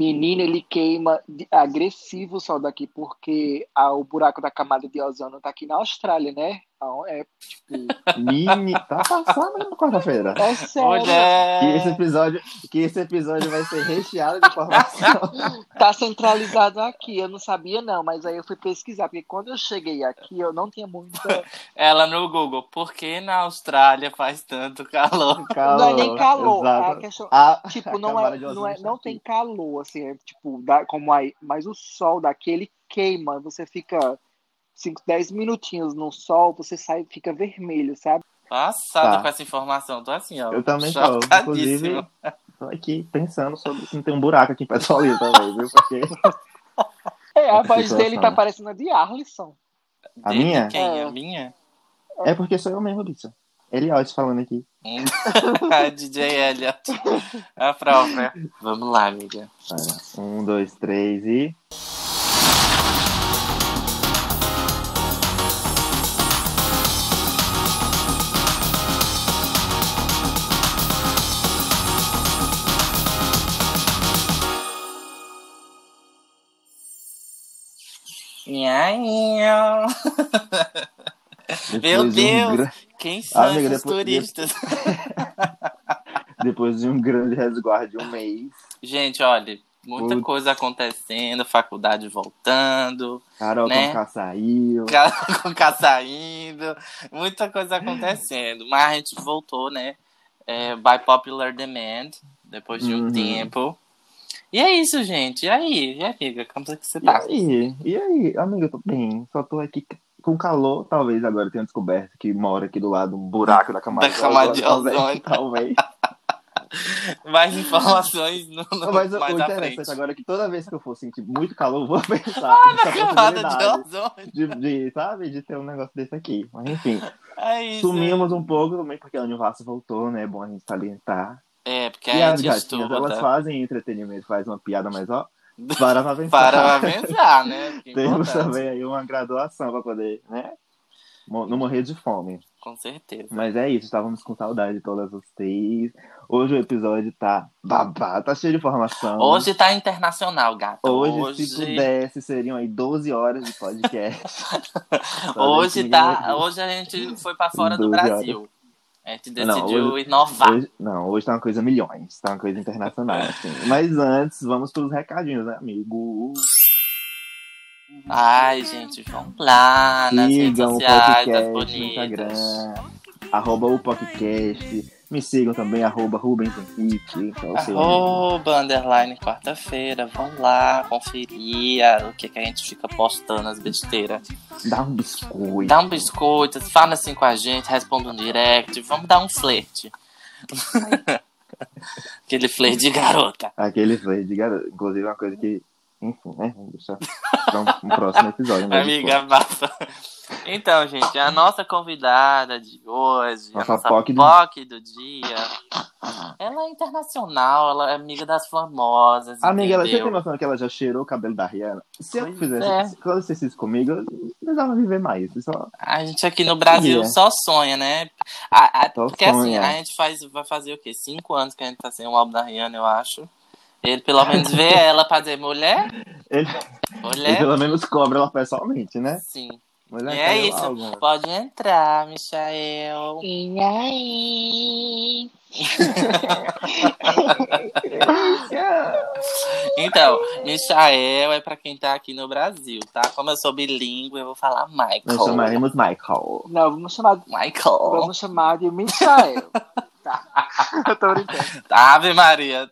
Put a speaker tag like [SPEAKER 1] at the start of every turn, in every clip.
[SPEAKER 1] Menina, ele queima de- agressivo o sol daqui, porque a- o buraco da camada de ozônio tá aqui na Austrália, né? Então, É, tipo,
[SPEAKER 2] Mini, tá passando na quarta-feira.
[SPEAKER 1] é sério.
[SPEAKER 2] Que
[SPEAKER 1] É.
[SPEAKER 2] esse
[SPEAKER 3] Olha!
[SPEAKER 2] episódio, que esse episódio vai ser recheado de informação.
[SPEAKER 1] Tá centralizado aqui. Eu não sabia, não, mas aí eu fui pesquisar, porque quando eu cheguei aqui, eu não tinha muita.
[SPEAKER 3] Ela no Google, por que na Austrália faz tanto calor?
[SPEAKER 2] Calor,
[SPEAKER 1] não é nem calor.
[SPEAKER 2] exato. Ah,
[SPEAKER 1] A questão,
[SPEAKER 2] A-
[SPEAKER 1] tipo,
[SPEAKER 2] a
[SPEAKER 1] não,
[SPEAKER 2] camada
[SPEAKER 1] é,
[SPEAKER 2] de
[SPEAKER 1] não,
[SPEAKER 2] ozônio
[SPEAKER 1] é,
[SPEAKER 2] está
[SPEAKER 1] não
[SPEAKER 2] aqui.
[SPEAKER 1] tem calor, assim, é, tipo, dá, como aí. Mas o sol daqui, ele queima. Você fica 5, 10 minutinhos no sol, você sai fica vermelho, sabe?
[SPEAKER 3] Passada
[SPEAKER 2] Tá.
[SPEAKER 3] com essa informação, tô assim, ó.
[SPEAKER 2] Eu também tô.
[SPEAKER 3] chocadíssima.
[SPEAKER 2] Inclusive, tô aqui pensando sobre se não tem um buraco aqui em Petrolina também, viu? Porque
[SPEAKER 1] É, a
[SPEAKER 2] Outra
[SPEAKER 1] voz
[SPEAKER 2] situação,
[SPEAKER 1] dele tá
[SPEAKER 2] né?
[SPEAKER 1] parecendo a de Arlisson.
[SPEAKER 2] A
[SPEAKER 3] Dele
[SPEAKER 2] minha?
[SPEAKER 3] Quem?
[SPEAKER 1] É.
[SPEAKER 3] A minha?
[SPEAKER 2] é porque sou eu mesmo, bicha. Eliott falando aqui.
[SPEAKER 3] Hum. a DJ Elliot. A própria. Vamos lá, amiga.
[SPEAKER 2] Vai lá. Um, dois, três e.
[SPEAKER 3] Nha, nha.
[SPEAKER 2] Depois
[SPEAKER 3] Meu
[SPEAKER 2] de um
[SPEAKER 3] Deus!
[SPEAKER 2] gra-
[SPEAKER 3] Quem são
[SPEAKER 2] Amiga,
[SPEAKER 3] esses
[SPEAKER 2] depois-
[SPEAKER 3] turistas?
[SPEAKER 2] Depois de um grande resguardo de um mês.
[SPEAKER 3] Gente, olha, muita
[SPEAKER 2] Putz.
[SPEAKER 3] coisa acontecendo, faculdade voltando,
[SPEAKER 2] Carol
[SPEAKER 3] Né?
[SPEAKER 2] com cá saiu.
[SPEAKER 3] cara com cá saindo, muita coisa acontecendo. Mas a gente voltou, né? É, by popular demand, depois de um
[SPEAKER 2] Uhum.
[SPEAKER 3] tempo. E é isso, gente. E aí, e aí, amiga, como é que você
[SPEAKER 2] E
[SPEAKER 3] tá?
[SPEAKER 2] aí? E aí? Amiga, eu tô bem. Só tô aqui com calor. Talvez agora eu tenha descoberto que mora aqui do lado um buraco da camada
[SPEAKER 3] Da camada de
[SPEAKER 2] Talvez-
[SPEAKER 3] ozônio.
[SPEAKER 2] Talvez.
[SPEAKER 3] Mais informações no, no-
[SPEAKER 2] Não, mas o,
[SPEAKER 3] mais
[SPEAKER 2] o
[SPEAKER 3] à frente. Ah,
[SPEAKER 2] interessante agora tá é que toda vez que eu for sentir muito calor, eu vou pensar nessa
[SPEAKER 3] Camada de
[SPEAKER 2] possibilidade
[SPEAKER 3] ozônio.
[SPEAKER 2] de, de, sabe, de ter um negócio desse aqui. Mas enfim,
[SPEAKER 3] É isso.
[SPEAKER 2] sumimos um pouco também porque a Univasso voltou, né? É bom a gente salientar.
[SPEAKER 3] É, porque
[SPEAKER 2] e
[SPEAKER 3] a
[SPEAKER 2] as
[SPEAKER 3] gente
[SPEAKER 2] gatinhas,
[SPEAKER 3] estuda. tá? né?
[SPEAKER 2] elas fazem entretenimento, faz uma piada, mas ó, para pra pensar.
[SPEAKER 3] Para pensar, né? Que
[SPEAKER 2] Temos
[SPEAKER 3] importante.
[SPEAKER 2] também aí uma graduação pra poder, né? mo- Não morrer de fome.
[SPEAKER 3] Com certeza.
[SPEAKER 2] Mas é isso, estávamos com saudade de todas vocês. Hoje o episódio tá babado, tá cheio de informação.
[SPEAKER 3] Hoje tá internacional, gata.
[SPEAKER 2] Hoje, se pudesse, seriam aí 12 horas de podcast.
[SPEAKER 3] Hoje,
[SPEAKER 2] Talvez
[SPEAKER 3] tá,
[SPEAKER 2] ninguém-
[SPEAKER 3] hoje a gente foi pra fora do
[SPEAKER 2] 12 horas.
[SPEAKER 3] Brasil. A gente
[SPEAKER 2] Não,
[SPEAKER 3] decidiu inovar.
[SPEAKER 2] Hoje- não, hoje tá uma coisa milhões, tá uma coisa internacional. assim. Mas antes, vamos pros recadinhos, né, amigo?
[SPEAKER 3] Ai, gente, vamos lá nas redes
[SPEAKER 2] Sigam o
[SPEAKER 3] sociais,
[SPEAKER 2] podcast
[SPEAKER 3] das
[SPEAKER 2] no
[SPEAKER 3] bonitas.
[SPEAKER 2] Instagram, arroba o podcast. Me sigam também, arroba Rubens Henrique, que é o seu
[SPEAKER 3] Arroba, underline, quarta-feira. Vão lá conferir a- o que, que a gente fica postando, as besteiras.
[SPEAKER 2] Dá um biscoito.
[SPEAKER 3] Dá um biscoito, fala assim com a gente, responda um direct. Vamos dar um flerte. Aquele flerte de garota.
[SPEAKER 2] Aquele foi, de garoto. Inclusive, é uma coisa que. Enfim, né? Vamos deixar pra um, um próximo episódio. né?
[SPEAKER 3] Amiga, basta. Então, gente, a nossa convidada de hoje,
[SPEAKER 2] Nossa
[SPEAKER 3] a nossa POC
[SPEAKER 2] POC
[SPEAKER 3] do...
[SPEAKER 2] do-
[SPEAKER 3] dia, ela é internacional, ela é amiga das famosas.
[SPEAKER 2] Amiga, ela, você
[SPEAKER 3] entendeu?
[SPEAKER 2] tem noção que ela já cheirou o cabelo da Rihanna? Se eu
[SPEAKER 3] Pois
[SPEAKER 2] fizesse,
[SPEAKER 3] é.
[SPEAKER 2] se acontecesse isso comigo, eu não precisava viver mais. Eu Só...
[SPEAKER 3] A gente aqui no Brasil
[SPEAKER 2] É.
[SPEAKER 3] só sonha, né? A- a-
[SPEAKER 2] Só
[SPEAKER 3] porque
[SPEAKER 2] sonha.
[SPEAKER 3] assim, a gente faz, vai fazer o quê? Cinco anos que a gente tá sem o álbum da Rihanna, eu acho. Ele pelo menos vê ela pra dizer mulher,
[SPEAKER 2] Ele, ele
[SPEAKER 3] mulher,
[SPEAKER 2] pelo menos cobra ela pessoalmente, né?
[SPEAKER 3] sim.
[SPEAKER 2] Mas
[SPEAKER 3] E
[SPEAKER 2] cadê
[SPEAKER 3] É. é
[SPEAKER 2] o
[SPEAKER 3] isso.
[SPEAKER 2] álbum?
[SPEAKER 3] Pode entrar, Michael.
[SPEAKER 1] E aí?
[SPEAKER 3] É. Então, Michael é pra quem tá aqui no Brasil, tá? Como eu sou bilíngue, eu vou falar
[SPEAKER 2] Nós
[SPEAKER 3] Michael.
[SPEAKER 2] chamaremos Michael.
[SPEAKER 1] Não, vamos chamar,
[SPEAKER 3] Michael.
[SPEAKER 1] vamos chamar de Michael. tá. Eu tô brincando.
[SPEAKER 3] Ave Maria.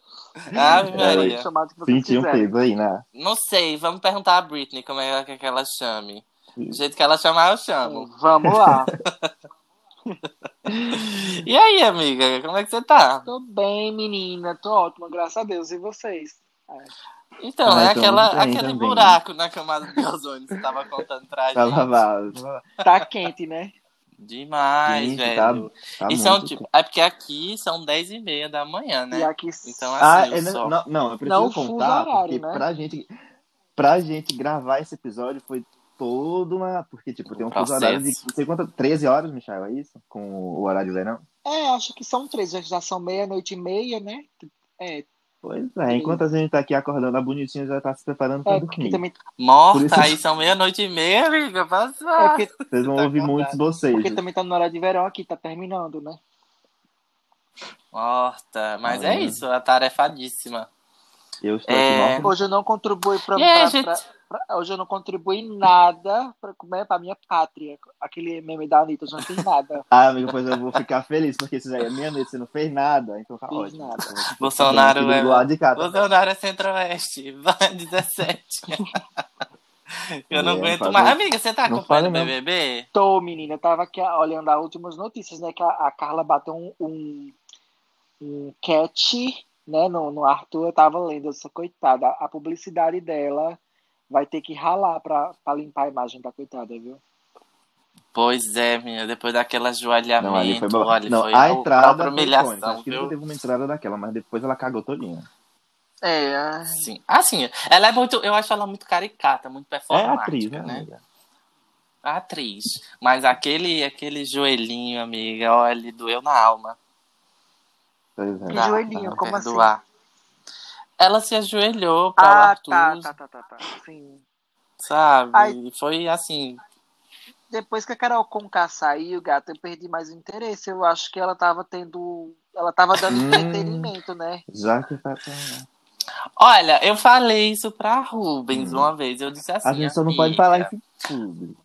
[SPEAKER 3] Ave
[SPEAKER 1] Pode
[SPEAKER 3] Maria.
[SPEAKER 1] chamar do que vocês
[SPEAKER 2] É, Sentiu um
[SPEAKER 1] quiserem.
[SPEAKER 2] peso aí, né?
[SPEAKER 3] Não sei, vamos perguntar a Britney como é que é que ela chame. Do jeito que ela chamar, eu chamo.
[SPEAKER 1] Tá Vamos lá.
[SPEAKER 3] E aí, amiga, como é que você tá?
[SPEAKER 1] Tô bem, menina. Tô ótima, graças a Deus. E vocês?
[SPEAKER 3] Então,
[SPEAKER 2] Ah, então,
[SPEAKER 3] é aquela,
[SPEAKER 2] muito bem
[SPEAKER 3] aquele
[SPEAKER 2] também.
[SPEAKER 3] buraco na camada de ozônio que você tava contando pra gente.
[SPEAKER 2] Tá babado.
[SPEAKER 1] Tá quente, né?
[SPEAKER 3] Demais,
[SPEAKER 2] Gente, tá-
[SPEAKER 3] velho.
[SPEAKER 2] Tá
[SPEAKER 3] e são,
[SPEAKER 2] muito
[SPEAKER 3] tipo, é porque aqui são 10 e meia da manhã, né?
[SPEAKER 1] E aqui
[SPEAKER 3] Então,
[SPEAKER 2] Ah,
[SPEAKER 3] assim, o
[SPEAKER 2] é, né?
[SPEAKER 3] sol.
[SPEAKER 2] não, não, eu preciso
[SPEAKER 1] Não fuso
[SPEAKER 2] contar,
[SPEAKER 1] horário,
[SPEAKER 2] porque
[SPEAKER 1] né?
[SPEAKER 2] pra, gente, pra gente gravar esse episódio foi todo uma. Porque, tipo, tem um fuso horário de.
[SPEAKER 3] Processo.
[SPEAKER 2] Você conta 13 horas, Michel, é isso? Com o horário de verão?
[SPEAKER 1] É, acho que são três, já já são meia-noite e meia, né? É,
[SPEAKER 2] Pois é, enquanto a gente tá aqui acordando, a bonitinha já tá se preparando pra
[SPEAKER 1] É, que
[SPEAKER 2] dormir.
[SPEAKER 1] também,
[SPEAKER 2] Por
[SPEAKER 3] Morta,
[SPEAKER 2] isso-
[SPEAKER 3] aí são meia-noite e meia, amiga.
[SPEAKER 2] Ah,
[SPEAKER 1] é
[SPEAKER 3] Passa.
[SPEAKER 1] porque,
[SPEAKER 2] Vocês vão
[SPEAKER 3] Tá
[SPEAKER 2] ouvir
[SPEAKER 3] acordado.
[SPEAKER 2] muitos
[SPEAKER 1] porque
[SPEAKER 2] bocejos.
[SPEAKER 1] também tá no horário de verão aqui, tá terminando, né?
[SPEAKER 3] Morta. Mas
[SPEAKER 2] Ah,
[SPEAKER 3] é
[SPEAKER 2] é.
[SPEAKER 3] isso, a tarefadíssima.
[SPEAKER 2] Eu estou
[SPEAKER 3] É.
[SPEAKER 2] aqui morto.
[SPEAKER 1] Hoje eu não contribuí pra,
[SPEAKER 3] É,
[SPEAKER 1] pra-
[SPEAKER 3] gente.
[SPEAKER 1] pra- pra- Hoje eu não contribuí nada pra, como é, pra minha pátria. Aquele meme da Anitta, eu não fiz nada.
[SPEAKER 2] Ah, amigo, pois eu vou ficar feliz, porque se já é meia-noite, você não fez nada, então tá
[SPEAKER 1] Fiz
[SPEAKER 2] ótimo.
[SPEAKER 1] nada.
[SPEAKER 3] Bolsonaro
[SPEAKER 2] Então,
[SPEAKER 3] é-
[SPEAKER 2] Do lado de cá, tá?
[SPEAKER 3] Bolsonaro é centro-oeste. Vai 17. Eu não
[SPEAKER 2] É,
[SPEAKER 3] aguento
[SPEAKER 2] faz
[SPEAKER 3] mais.
[SPEAKER 2] um-
[SPEAKER 3] Amiga, você tá
[SPEAKER 2] não
[SPEAKER 3] acompanhando o
[SPEAKER 2] fale não.
[SPEAKER 3] BBB?
[SPEAKER 1] Tô, menina, tava aqui olhando as últimas notícias, né? Que a, a Carla bateu um, um, um catch, né? No, no Arthur, eu tava lendo, essa coitada. A publicidade dela vai ter que ralar pra, pra limpar a imagem da coitada, viu?
[SPEAKER 3] Pois é, minha. Depois daquele ajoelhamento.
[SPEAKER 2] Não, ali foi babado.
[SPEAKER 3] Olha,
[SPEAKER 2] Não,
[SPEAKER 3] foi
[SPEAKER 2] a
[SPEAKER 3] o-
[SPEAKER 2] entrada
[SPEAKER 3] própria
[SPEAKER 2] foi né? icônica.
[SPEAKER 3] humilhação,
[SPEAKER 2] Acho que
[SPEAKER 3] viu?
[SPEAKER 2] nunca teve uma entrada daquela, mas depois ela cagou todinha.
[SPEAKER 1] É,
[SPEAKER 3] Sim. Assim, ela é muito. Eu acho ela muito caricata, muito
[SPEAKER 2] É
[SPEAKER 3] performática,
[SPEAKER 2] atriz, né,
[SPEAKER 3] né?
[SPEAKER 2] amiga?
[SPEAKER 3] Atriz. Mas aquele, aquele joelhinho, amiga, olha, ele doeu na alma.
[SPEAKER 2] Pois é.
[SPEAKER 1] Que
[SPEAKER 3] Dá,
[SPEAKER 1] joelhinho?
[SPEAKER 3] dá,
[SPEAKER 1] Como assim?
[SPEAKER 3] perdoar. Ela se ajoelhou para o
[SPEAKER 1] Ah,
[SPEAKER 3] Arthur,
[SPEAKER 1] tá, tá, tá, tá, tá. Sim.
[SPEAKER 3] sabe?
[SPEAKER 1] Ai.
[SPEAKER 3] Foi assim.
[SPEAKER 1] Depois que a Carol Conká saiu, gata, eu perdi mais o interesse. Eu acho que ela tava tendo. Ela tava dando
[SPEAKER 2] Hum.
[SPEAKER 1] entretenimento, né?
[SPEAKER 2] Já que tá.
[SPEAKER 3] Olha, eu falei isso pra Rubens
[SPEAKER 2] Hum.
[SPEAKER 3] uma vez. Eu disse assim.
[SPEAKER 2] A gente só não
[SPEAKER 3] amiga,
[SPEAKER 2] pode falar isso em público.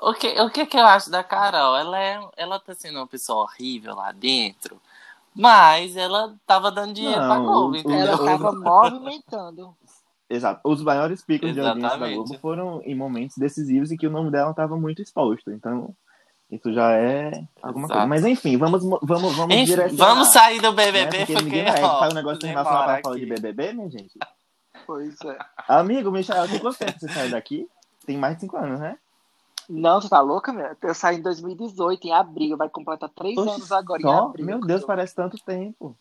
[SPEAKER 3] O que, o que que eu acho da Carol? Ela, é, ela tá sendo uma pessoa horrível lá dentro, mas ela tava dando dinheiro
[SPEAKER 2] Não,
[SPEAKER 3] pra Globo,
[SPEAKER 2] o-
[SPEAKER 3] entendeu?
[SPEAKER 1] Ela
[SPEAKER 2] Hum. Não.
[SPEAKER 1] tava movimentando.
[SPEAKER 2] Exato. Os maiores picos de audiência da
[SPEAKER 3] Exatamente.
[SPEAKER 2] Globo foram em momentos decisivos em que o nome dela estava muito exposto. Então, isso já é alguma
[SPEAKER 3] Exato.
[SPEAKER 2] coisa. Mas enfim, vamos, mo- vamos, vamos
[SPEAKER 3] Enfim,
[SPEAKER 2] direcionar,
[SPEAKER 3] vamos sair do
[SPEAKER 2] né?
[SPEAKER 3] BBB,
[SPEAKER 2] Porque
[SPEAKER 3] porque
[SPEAKER 2] ninguém vai
[SPEAKER 3] ó,
[SPEAKER 2] faz um negócio
[SPEAKER 3] demora
[SPEAKER 2] internacional pra falar
[SPEAKER 3] aqui.
[SPEAKER 2] de BBB, minha gente.
[SPEAKER 1] Pois é.
[SPEAKER 2] Amigo, Michel, tem quanto tempo que você saiu daqui? Tem mais de cinco anos, né?
[SPEAKER 1] Não, você tá louca, minha? Eu saí em 2018, em abril. Vai completar três
[SPEAKER 2] Oxe,
[SPEAKER 1] anos Então, agora, em
[SPEAKER 2] Só?
[SPEAKER 1] abril.
[SPEAKER 2] Meu Deus, parece tanto tempo.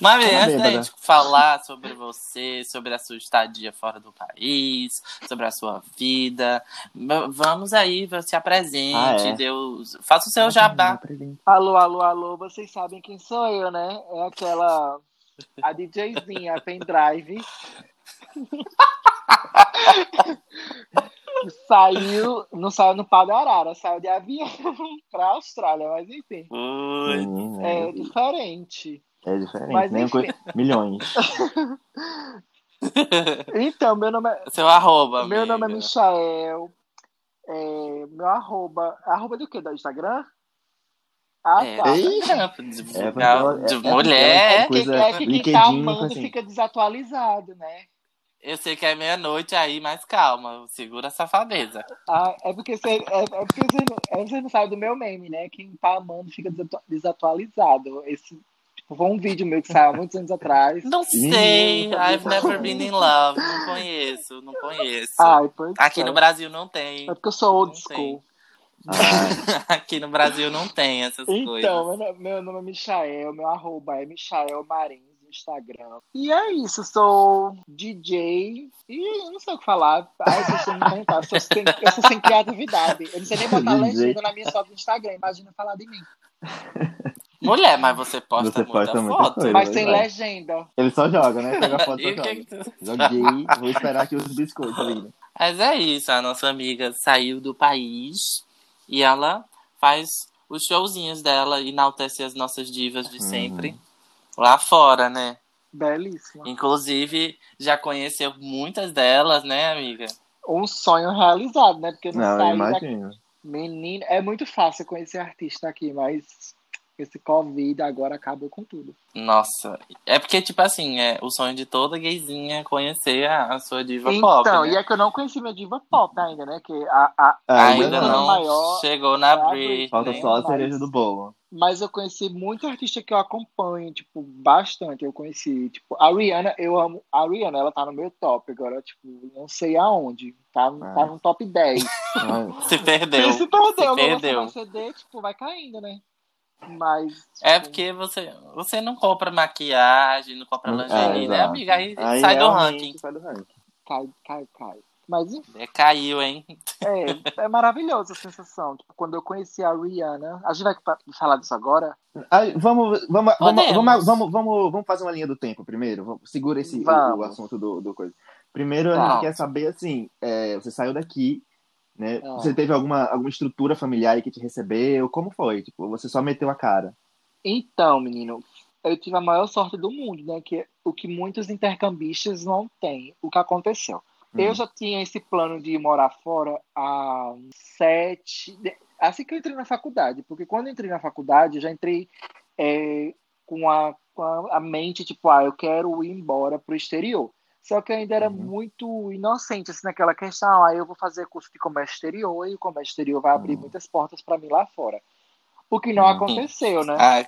[SPEAKER 3] Mas bem,
[SPEAKER 2] Tá
[SPEAKER 3] antes da
[SPEAKER 2] bêbada.
[SPEAKER 3] gente falar sobre você, sobre a sua estadia fora do país, sobre a sua vida, v- vamos aí, se apresente,
[SPEAKER 2] Ah, é. Ah, tá.
[SPEAKER 3] Deus, faça o seu jabá.
[SPEAKER 1] Alô, alô, alô, vocês sabem quem sou eu, né? É aquela. A DJzinha, a pendrive. saiu, não saiu no pau da Arara, saiu de avião pra Austrália, mas enfim.
[SPEAKER 3] Ui,
[SPEAKER 2] Menina,
[SPEAKER 1] É diferente.
[SPEAKER 2] É diferente,
[SPEAKER 1] Mas
[SPEAKER 2] né?
[SPEAKER 1] enfim.
[SPEAKER 2] Milhões.
[SPEAKER 1] Então, meu nome é,
[SPEAKER 3] seu arroba.
[SPEAKER 1] meu nome é
[SPEAKER 3] amiga.
[SPEAKER 1] Michael. É, meu arroba. Arroba do quê? Do Instagram? Ah,
[SPEAKER 3] É,
[SPEAKER 1] tá.
[SPEAKER 2] Ei,
[SPEAKER 3] de, de-
[SPEAKER 2] É, então,
[SPEAKER 3] de
[SPEAKER 2] é- é
[SPEAKER 3] mulher.
[SPEAKER 2] então,
[SPEAKER 1] Quem-
[SPEAKER 2] coisa
[SPEAKER 1] é que quem
[SPEAKER 2] LinkedIn,
[SPEAKER 1] tá
[SPEAKER 2] coisa
[SPEAKER 1] amando
[SPEAKER 2] assim.
[SPEAKER 1] fica desatualizado, né?
[SPEAKER 3] Eu sei que é meia-noite aí, mas calma, segura a safadeza.
[SPEAKER 1] Ah, é porque você, é, é porque você, não- é porque você não sabe do meu meme, né? Quem tá amando fica desatu- desatualizado. Esse, tipo, foi um vídeo meu que saiu há muitos anos atrás.
[SPEAKER 3] Não
[SPEAKER 2] Ih,
[SPEAKER 3] sei,
[SPEAKER 1] tá
[SPEAKER 3] I've
[SPEAKER 1] bom.
[SPEAKER 3] never been in love, não conheço, não conheço.
[SPEAKER 1] Ai, pois
[SPEAKER 3] Aqui
[SPEAKER 1] é.
[SPEAKER 2] tá.
[SPEAKER 3] no Brasil não tem.
[SPEAKER 1] É porque eu sou old
[SPEAKER 3] Não
[SPEAKER 1] school.
[SPEAKER 2] Ah,
[SPEAKER 3] Aqui no Brasil não tem essas coisas.
[SPEAKER 1] Então, meu, no- meu nome é Michael, meu arroba é Michael Marins no Instagram. E é isso, sou DJ e eu não sei o que falar. Ai, vocês vão me perguntar, eu sou, sem, eu sou sem criatividade. Eu não sei nem botar
[SPEAKER 2] DJ.
[SPEAKER 1] legenda na minha foto do Instagram, imagina falar de mim.
[SPEAKER 3] Mulher, mas você posta
[SPEAKER 2] Você
[SPEAKER 3] muita
[SPEAKER 2] posta muita
[SPEAKER 3] foto. É,
[SPEAKER 2] coisa. né?
[SPEAKER 1] Mas sem
[SPEAKER 2] vai.
[SPEAKER 1] legenda.
[SPEAKER 2] ele só joga, né? Pega a foto
[SPEAKER 3] E
[SPEAKER 2] e
[SPEAKER 3] o
[SPEAKER 2] só
[SPEAKER 3] que que
[SPEAKER 2] joga.
[SPEAKER 3] tu-
[SPEAKER 2] Joguei, vou esperar aqui os biscoitos ainda.
[SPEAKER 3] Mas é isso, a nossa amiga saiu do país e ela faz os showzinhos dela, enaltece as nossas divas de
[SPEAKER 2] Uhum.
[SPEAKER 3] sempre lá fora, né?
[SPEAKER 1] Belíssima.
[SPEAKER 3] Inclusive, já conheceu muitas delas, né, amiga?
[SPEAKER 1] um sonho realizado, né? Porque eu não,
[SPEAKER 2] Não, eu
[SPEAKER 1] saí da...
[SPEAKER 2] imagino.
[SPEAKER 1] Menino, é muito fácil conhecer artista aqui, mas esse Covid agora acabou com tudo.
[SPEAKER 3] Nossa. É porque, tipo assim, é o sonho de toda gayzinha é conhecer a, a sua diva
[SPEAKER 1] então,
[SPEAKER 3] pop. né?
[SPEAKER 1] e é que eu não conheci minha diva pop ainda, né? Que a, a...
[SPEAKER 3] Ainda
[SPEAKER 1] ainda não.
[SPEAKER 3] não
[SPEAKER 1] Maior,
[SPEAKER 3] chegou na
[SPEAKER 1] é a
[SPEAKER 3] Britney.
[SPEAKER 2] Ah, Falta só a
[SPEAKER 1] Mas-
[SPEAKER 2] cereja do bolo.
[SPEAKER 1] Mas eu conheci muito artista que eu acompanho, tipo, bastante. Eu conheci, tipo, a Rihanna, eu amo. A Rihanna, ela tá no meu top agora, tipo, não sei aonde. Tá,
[SPEAKER 2] Ah.
[SPEAKER 1] tá no top 10.
[SPEAKER 2] Ah,
[SPEAKER 3] Se perdeu.
[SPEAKER 1] Isso perdeu,
[SPEAKER 3] Se perdeu.
[SPEAKER 1] meu CD, tipo, vai caindo, né? Mas.
[SPEAKER 3] É
[SPEAKER 1] tipo,
[SPEAKER 3] porque você, você não compra maquiagem, não compra
[SPEAKER 2] É,
[SPEAKER 3] lingerie, né,
[SPEAKER 2] exato.
[SPEAKER 3] amiga? Aí,
[SPEAKER 2] Aí é um
[SPEAKER 3] sai do
[SPEAKER 2] realmente
[SPEAKER 3] ranking.
[SPEAKER 2] Sai do ranking.
[SPEAKER 1] Cai, cai, cai. Mas enfim,
[SPEAKER 3] Decaiu, hein?
[SPEAKER 1] é, é maravilhosa a sensação. Tipo, quando eu conheci a Rihanna, a gente vai pa- falar disso agora?
[SPEAKER 2] Ai, vamos, vamos, vamos,
[SPEAKER 3] Podemos.
[SPEAKER 2] vamos, vamos, vamos, vamos fazer uma linha do tempo primeiro. Vamos- Segura esse o- O,
[SPEAKER 1] Vamos.
[SPEAKER 2] assunto do, do coisa. Primeiro, a gente
[SPEAKER 3] Vamos.
[SPEAKER 2] quer saber assim: é, você saiu daqui, né?
[SPEAKER 1] Ah.
[SPEAKER 2] Você teve alguma, alguma estrutura familiar aí que te recebeu? Como foi? Tipo, você só meteu a cara.
[SPEAKER 1] Então, menino, eu tive a maior sorte do mundo, né? Que o que muitos intercambistas não têm, o que aconteceu.
[SPEAKER 2] Uhum.
[SPEAKER 1] Eu já tinha esse plano de morar fora há uns sete. Assim que eu entrei na faculdade, porque quando eu entrei na faculdade, eu já entrei é, com, a, com a, a mente tipo, ah, eu quero ir embora pro exterior. Só que eu ainda era
[SPEAKER 2] Uhum.
[SPEAKER 1] muito inocente assim, naquela questão, ah, eu vou fazer curso de comércio exterior e o comércio exterior vai abrir
[SPEAKER 2] Uhum.
[SPEAKER 1] muitas portas para mim lá fora. O que não
[SPEAKER 2] Uhum. Ah,
[SPEAKER 1] aconteceu, né?
[SPEAKER 3] A-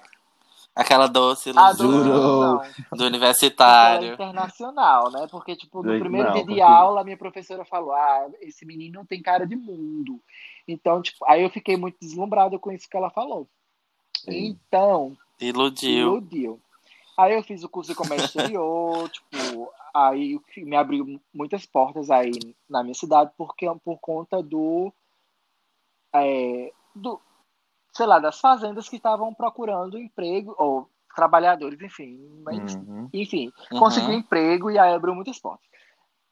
[SPEAKER 3] aquela doce
[SPEAKER 1] A
[SPEAKER 3] ilusão
[SPEAKER 2] Juro.
[SPEAKER 1] adolescência,
[SPEAKER 3] do
[SPEAKER 1] ela é
[SPEAKER 3] universitário.
[SPEAKER 1] internacional, né? Porque, tipo, no
[SPEAKER 2] Doido
[SPEAKER 1] primeiro
[SPEAKER 2] não,
[SPEAKER 1] dia de
[SPEAKER 2] porque-
[SPEAKER 1] aula, minha professora falou: Ah, esse menino tem cara de mundo. Então, tipo, aí eu fiquei muito deslumbrada com isso que ela falou.
[SPEAKER 2] Sim.
[SPEAKER 1] Então,
[SPEAKER 3] Iludiu.
[SPEAKER 1] iludiu. Aí eu fiz o curso de comércio exterior, tipo, aí me abriu muitas portas aí na minha cidade, porque por conta do. é, do sei lá, das fazendas que estavam procurando emprego, ou trabalhadores, enfim. Mas,
[SPEAKER 2] Uhum.
[SPEAKER 1] Enfim,
[SPEAKER 3] Uhum.
[SPEAKER 1] consegui emprego e aí abriu muitas portas.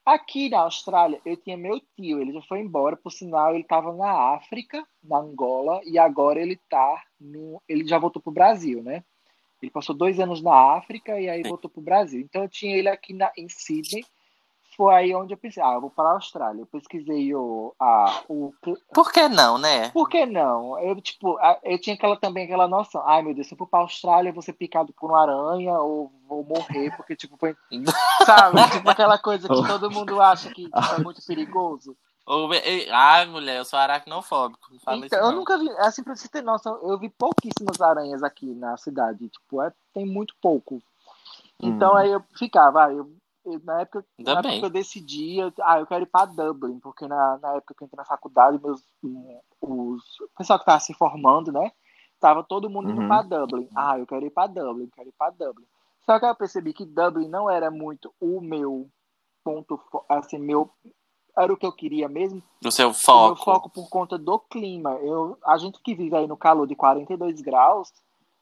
[SPEAKER 1] Aqui na Austrália, eu tinha meu tio, ele já foi embora, por sinal, ele estava na África, na Angola, e agora ele tá no. Ele já voltou pro Brasil, né? Ele passou dois anos na África e aí
[SPEAKER 3] Sim.
[SPEAKER 1] voltou pro Brasil. Então eu tinha ele aqui na, em Sydney. Foi aí onde eu pensei, ah, eu vou para a Austrália. Eu pesquisei o, a, o cl-
[SPEAKER 3] Por que não, né?
[SPEAKER 1] por que não? Eu, tipo, a- eu tinha aquela, também aquela noção. Ai, meu Deus, se eu for pra Austrália, eu vou ser picado por uma aranha ou vou morrer, porque, tipo, foi... Sabe? Tipo, aquela coisa que todo mundo acha que tipo, é muito perigoso.
[SPEAKER 3] Ou- e- Ai, mulher, eu sou aracnofóbico. Não fala
[SPEAKER 1] Então,
[SPEAKER 3] isso,
[SPEAKER 1] eu
[SPEAKER 3] não.
[SPEAKER 1] nunca vi, assim, pra você ter noção, eu vi pouquíssimas aranhas aqui na cidade. Tipo, é- tem muito pouco. Então,
[SPEAKER 2] Hum.
[SPEAKER 1] aí eu ficava, ah, eu, eu- na época,
[SPEAKER 3] Ainda
[SPEAKER 1] na
[SPEAKER 3] bem.
[SPEAKER 1] época que eu decidi, eu, ah, eu quero ir pra Dublin, porque na, na época que eu entrei na faculdade, meus, hum, os, o pessoal que tava se formando, né, tava todo mundo indo
[SPEAKER 2] Uhum.
[SPEAKER 1] pra Dublin. Ah, eu quero ir pra Dublin, quero ir pra Dublin. Só que aí eu percebi que Dublin não era muito o meu ponto, fo- assim, meu, era o que eu queria mesmo,
[SPEAKER 3] Do seu
[SPEAKER 1] o meu
[SPEAKER 3] foco.
[SPEAKER 1] foco por conta do clima. Eu, a gente que vive aí no calor de 42 graus,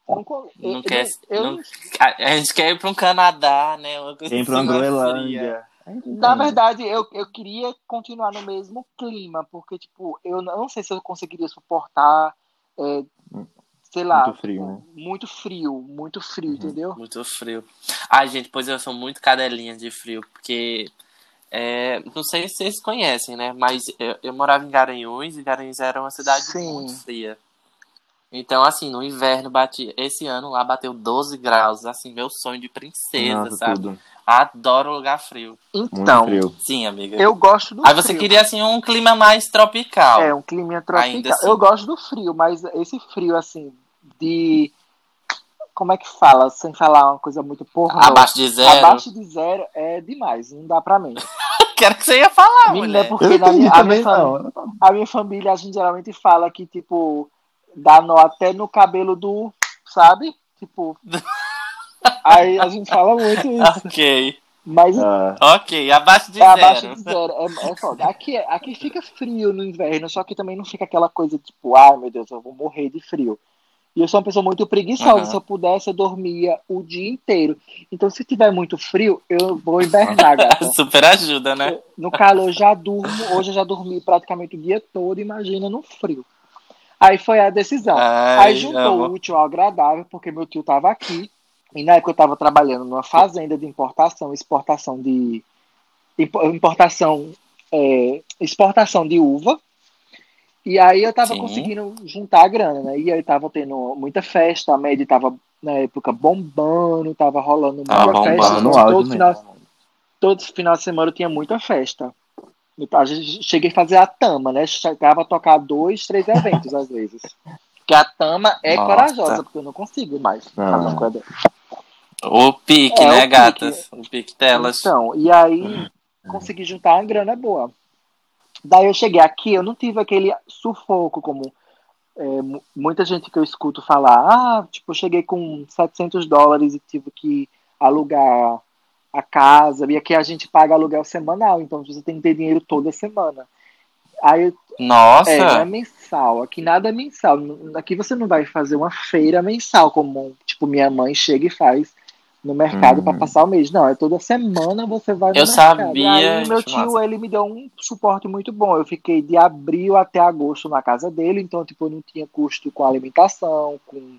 [SPEAKER 1] eu não, con- eu,
[SPEAKER 3] Não quer-
[SPEAKER 1] eu- eu
[SPEAKER 3] não- A, a gente quer ir pra um Canadá, né? Uma coisa
[SPEAKER 2] Vem pra
[SPEAKER 3] assim, mais fria.
[SPEAKER 2] Groenlândia.
[SPEAKER 1] Na verdade, eu, eu queria continuar no mesmo clima, porque, tipo, eu não sei se eu conseguiria suportar, é, sei lá,
[SPEAKER 2] Muito frio, né? Uhum.
[SPEAKER 1] muito frio, muito frio, entendeu?
[SPEAKER 3] Muito frio. Ai, gente, pois eu sou muito cadelinha de frio, porque. é, não sei se vocês conhecem, né? Mas eu, eu morava em Garanhuns e Garanhuns era uma cidade
[SPEAKER 1] Sim.
[SPEAKER 3] muito fria. Então, assim, no inverno bati. Esse ano lá bateu 12 graus. Assim, meu sonho de princesa,
[SPEAKER 2] Nossa,
[SPEAKER 3] sabe?
[SPEAKER 2] tudo.
[SPEAKER 3] Adoro lugar frio.
[SPEAKER 2] Muito
[SPEAKER 1] Então,
[SPEAKER 2] frio.
[SPEAKER 3] Sim, amiga.
[SPEAKER 1] eu gosto do
[SPEAKER 3] Aí você
[SPEAKER 1] frio.
[SPEAKER 3] queria, assim, um clima mais tropical.
[SPEAKER 1] É, um clima tropical.
[SPEAKER 3] Ainda assim.
[SPEAKER 1] Eu gosto do frio, mas esse frio, assim, de... Como é que fala? Sem falar uma coisa muito porra.
[SPEAKER 3] Abaixo de zero.
[SPEAKER 1] Abaixo de zero é demais, não dá pra mim.
[SPEAKER 3] Quero que você ia falar,
[SPEAKER 1] Menina, é
[SPEAKER 3] mulher.
[SPEAKER 2] Eu
[SPEAKER 1] porque na
[SPEAKER 2] entendi
[SPEAKER 1] minha, a minha
[SPEAKER 2] também,
[SPEAKER 1] família,
[SPEAKER 2] não.
[SPEAKER 1] A minha família, a gente geralmente fala que, tipo, dá nó até no cabelo do. Sabe? Tipo. Aí a gente fala muito isso.
[SPEAKER 3] Ok,
[SPEAKER 1] Mas
[SPEAKER 2] Ah,
[SPEAKER 3] ok. Abaixo de
[SPEAKER 1] é
[SPEAKER 3] zero.
[SPEAKER 1] abaixo de zero. É, é foda. Aqui, é- aqui fica frio no inverno, só que também não fica aquela coisa tipo, ai meu Deus, eu vou morrer de frio. E eu sou uma pessoa muito preguiçosa.
[SPEAKER 3] Aham.
[SPEAKER 1] Se eu pudesse, eu dormia o dia inteiro. Então, se tiver muito frio, eu vou invernar, gata.
[SPEAKER 3] Super ajuda, né?
[SPEAKER 1] No calor já durmo, hoje eu já dormi praticamente o dia todo, imagina no frio. Aí foi a decisão.
[SPEAKER 3] Ai,
[SPEAKER 1] Aí juntou o
[SPEAKER 3] amo.
[SPEAKER 1] útil ao agradável, porque meu tio estava aqui. E na época eu estava trabalhando numa fazenda de importação, exportação de. impo- Importação. é, exportação de uva. E aí eu estava
[SPEAKER 3] Sim.
[SPEAKER 1] conseguindo juntar a grana, né? E aí tava tendo muita festa, a média tava na época bombando, tava rolando muita
[SPEAKER 3] Tava
[SPEAKER 1] festa.
[SPEAKER 2] tá no
[SPEAKER 3] bombando,
[SPEAKER 1] todo
[SPEAKER 2] áudio
[SPEAKER 1] final-
[SPEAKER 2] mesmo.
[SPEAKER 1] todo final de semana eu tinha muita festa. Então, a gente cheguei a fazer a tama, né? Chegava a tocar dois, três eventos às vezes. Porque a tama é
[SPEAKER 3] Nossa.
[SPEAKER 1] corajosa, porque eu não consigo mais fazer uma
[SPEAKER 2] Ah.
[SPEAKER 1] coisa dessa.
[SPEAKER 3] O pique,
[SPEAKER 1] É, o
[SPEAKER 3] né,
[SPEAKER 1] pique.
[SPEAKER 3] gatas? O pique delas.
[SPEAKER 1] Então, e aí consegui juntar uma grana boa. Daí eu cheguei aqui, eu não tive aquele sufoco como é, mu- muita gente que eu escuto falar. Ah, tipo, eu cheguei com 700 dólares e tive que alugar a casa. E aqui a gente paga aluguel semanal, então você tem que ter dinheiro toda semana. Aí
[SPEAKER 3] Nossa!
[SPEAKER 1] é, não é mensal. Aqui nada é mensal. Aqui você não vai fazer uma feira mensal, como tipo minha mãe chega e faz no mercado
[SPEAKER 2] Hum.
[SPEAKER 1] pra para passar o mês. Não, é toda semana você vai no
[SPEAKER 3] Eu
[SPEAKER 1] mercado.
[SPEAKER 3] sabia,
[SPEAKER 1] E aí, meu
[SPEAKER 3] gente,
[SPEAKER 1] tio,
[SPEAKER 3] massa.
[SPEAKER 1] ele me deu um suporte muito bom. Eu fiquei de abril até agosto na casa dele, então, tipo, eu não tinha custo com alimentação, com,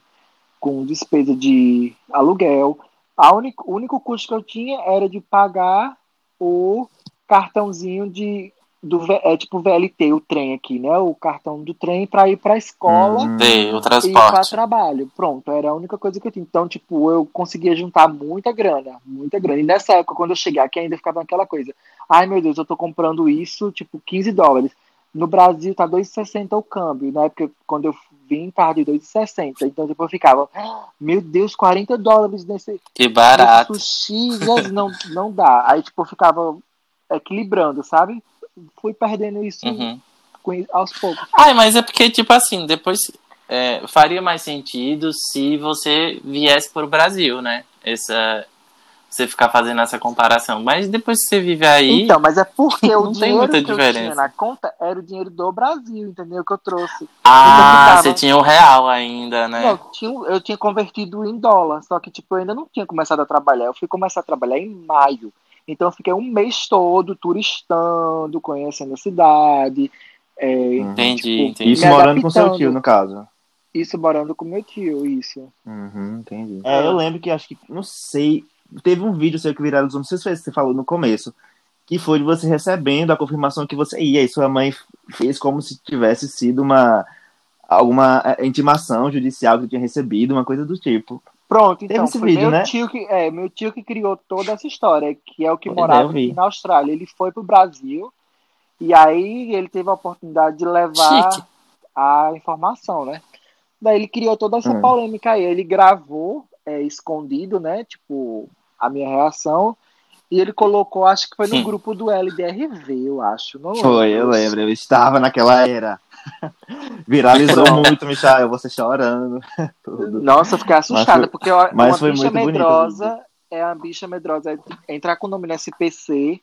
[SPEAKER 1] com despesa de aluguel. A único, o único custo que eu tinha era de pagar o cartãozinho de. Do, V- é tipo VLT, o trem aqui, né? O cartão do trem para ir para a escola
[SPEAKER 2] Hum.
[SPEAKER 3] Dei o
[SPEAKER 1] e para
[SPEAKER 3] transporte.
[SPEAKER 1] trabalho. Pronto, era a única coisa que eu tinha. Então, tipo, eu conseguia juntar muita grana, muita grana. E nessa época, quando eu cheguei aqui, ainda ficava aquela coisa. Ai, meu Deus, eu tô comprando isso, tipo, 15 dólares. No Brasil tá 2,60 o câmbio. Na época, quando eu vim, tava de 2,60. Então, tipo, eu ficava, "Ah, meu Deus, 40 dólares nesse,
[SPEAKER 3] Que
[SPEAKER 1] nesse
[SPEAKER 3] barato.
[SPEAKER 1] sushi, Jesus, não, não dá. Aí, tipo, eu ficava equilibrando, sabe? Fui perdendo isso
[SPEAKER 3] Uhum.
[SPEAKER 1] com- aos poucos.
[SPEAKER 3] Ai, mas é porque, tipo assim, depois é, faria mais sentido se você viesse pro Brasil, né? Essa, você ficar fazendo essa comparação. Mas depois que você vive aí.
[SPEAKER 1] Então, mas é porque
[SPEAKER 3] Não
[SPEAKER 1] o
[SPEAKER 3] tem
[SPEAKER 1] dinheiro
[SPEAKER 3] muita
[SPEAKER 1] que eu tinha
[SPEAKER 3] diferença.
[SPEAKER 1] na conta era o dinheiro do Brasil, entendeu? Que eu trouxe.
[SPEAKER 3] ah,
[SPEAKER 1] ficava-
[SPEAKER 3] você tinha o real ainda, né?
[SPEAKER 1] Não, eu tinha, um, eu tinha convertido em dólar, só que tipo, eu ainda não tinha começado a trabalhar. Eu fui começar a trabalhar em maio. Então eu fiquei um mês todo turistando, conhecendo a cidade. é,
[SPEAKER 2] Uhum.
[SPEAKER 3] Entendi,
[SPEAKER 1] tipo,
[SPEAKER 3] entendi.
[SPEAKER 2] Isso
[SPEAKER 1] me
[SPEAKER 2] morando com seu
[SPEAKER 1] adaptando.
[SPEAKER 2] tio, né? no caso.
[SPEAKER 1] Isso morando com meu tio, isso.
[SPEAKER 2] Uhum, entendi. É, eu lembro que acho que, não sei, teve um vídeo seu que viralizou, não sei se foi esse que você falou no começo, que foi de você recebendo a confirmação que você ia, e sua mãe fez como se tivesse sido uma alguma é, intimação judicial que tinha recebido, uma coisa do tipo.
[SPEAKER 1] Pronto,
[SPEAKER 2] Teve
[SPEAKER 1] então
[SPEAKER 2] esse
[SPEAKER 1] foi
[SPEAKER 2] vídeo,
[SPEAKER 1] meu
[SPEAKER 2] né?
[SPEAKER 1] tio que é meu tio que criou toda essa história, que é o que
[SPEAKER 2] Pois é, eu
[SPEAKER 1] morava
[SPEAKER 2] vi.
[SPEAKER 1] aqui na Austrália. Ele foi pro Brasil e aí ele teve a oportunidade de levar
[SPEAKER 3] Chique.
[SPEAKER 1] a informação, né? Daí ele criou toda essa
[SPEAKER 2] Hum.
[SPEAKER 1] polêmica aí. Ele gravou é, escondido, né? Tipo, a minha reação. E ele colocou, acho que foi no
[SPEAKER 3] Sim.
[SPEAKER 1] grupo do LDRV, eu acho. Não
[SPEAKER 2] Foi, eu lembro, eu estava naquela era. Viralizou muito, Michael, você chorando. Tudo.
[SPEAKER 1] Nossa, eu fiquei assustada,
[SPEAKER 2] foi-
[SPEAKER 1] porque ó,
[SPEAKER 2] mas
[SPEAKER 1] uma
[SPEAKER 2] foi
[SPEAKER 1] bicha
[SPEAKER 2] muito bonito,
[SPEAKER 1] medrosa é uma bicha medrosa. é Entrar com o nome no SPC,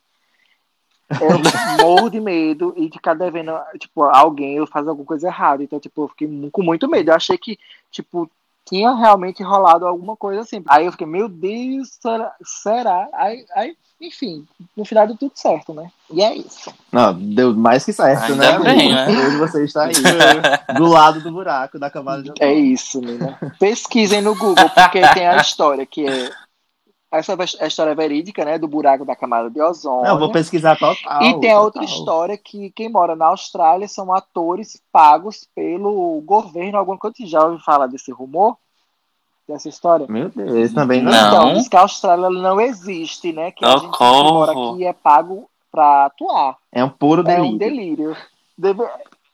[SPEAKER 1] eu é um morro de medo e de ficar devendo, tipo, a alguém eu faço alguma coisa errada. Então, tipo, eu fiquei mu- com muito medo. Eu achei que, tipo, tinha realmente rolado alguma coisa assim. Aí eu fiquei, meu Deus, será? será? Aí, aí, enfim, no final deu tudo certo, né? E é isso.
[SPEAKER 2] Não, deu mais que certo,
[SPEAKER 3] Ainda
[SPEAKER 2] né?
[SPEAKER 3] bem,
[SPEAKER 2] amigo? Hoje você está aí, do lado do buraco, da camada de
[SPEAKER 1] É isso, menina. Pesquisem no Google, porque tem a história que é. Essa é a história verídica, né? Do buraco da camada de ozônio.
[SPEAKER 2] Não, eu vou pesquisar total.
[SPEAKER 1] E tem a outra
[SPEAKER 2] total.
[SPEAKER 1] história que quem mora na Austrália são atores pagos pelo governo, alguma coisa. Você Já ouviu falar desse rumor? Dessa história?
[SPEAKER 2] Meu Deus, esse também não. é
[SPEAKER 3] Não.
[SPEAKER 1] Então, diz que a Austrália não existe, né? Que a gente que
[SPEAKER 3] Socorro.
[SPEAKER 1] mora aqui é pago pra atuar.
[SPEAKER 2] É um puro
[SPEAKER 1] É
[SPEAKER 2] delírio.
[SPEAKER 1] um delírio. Deve...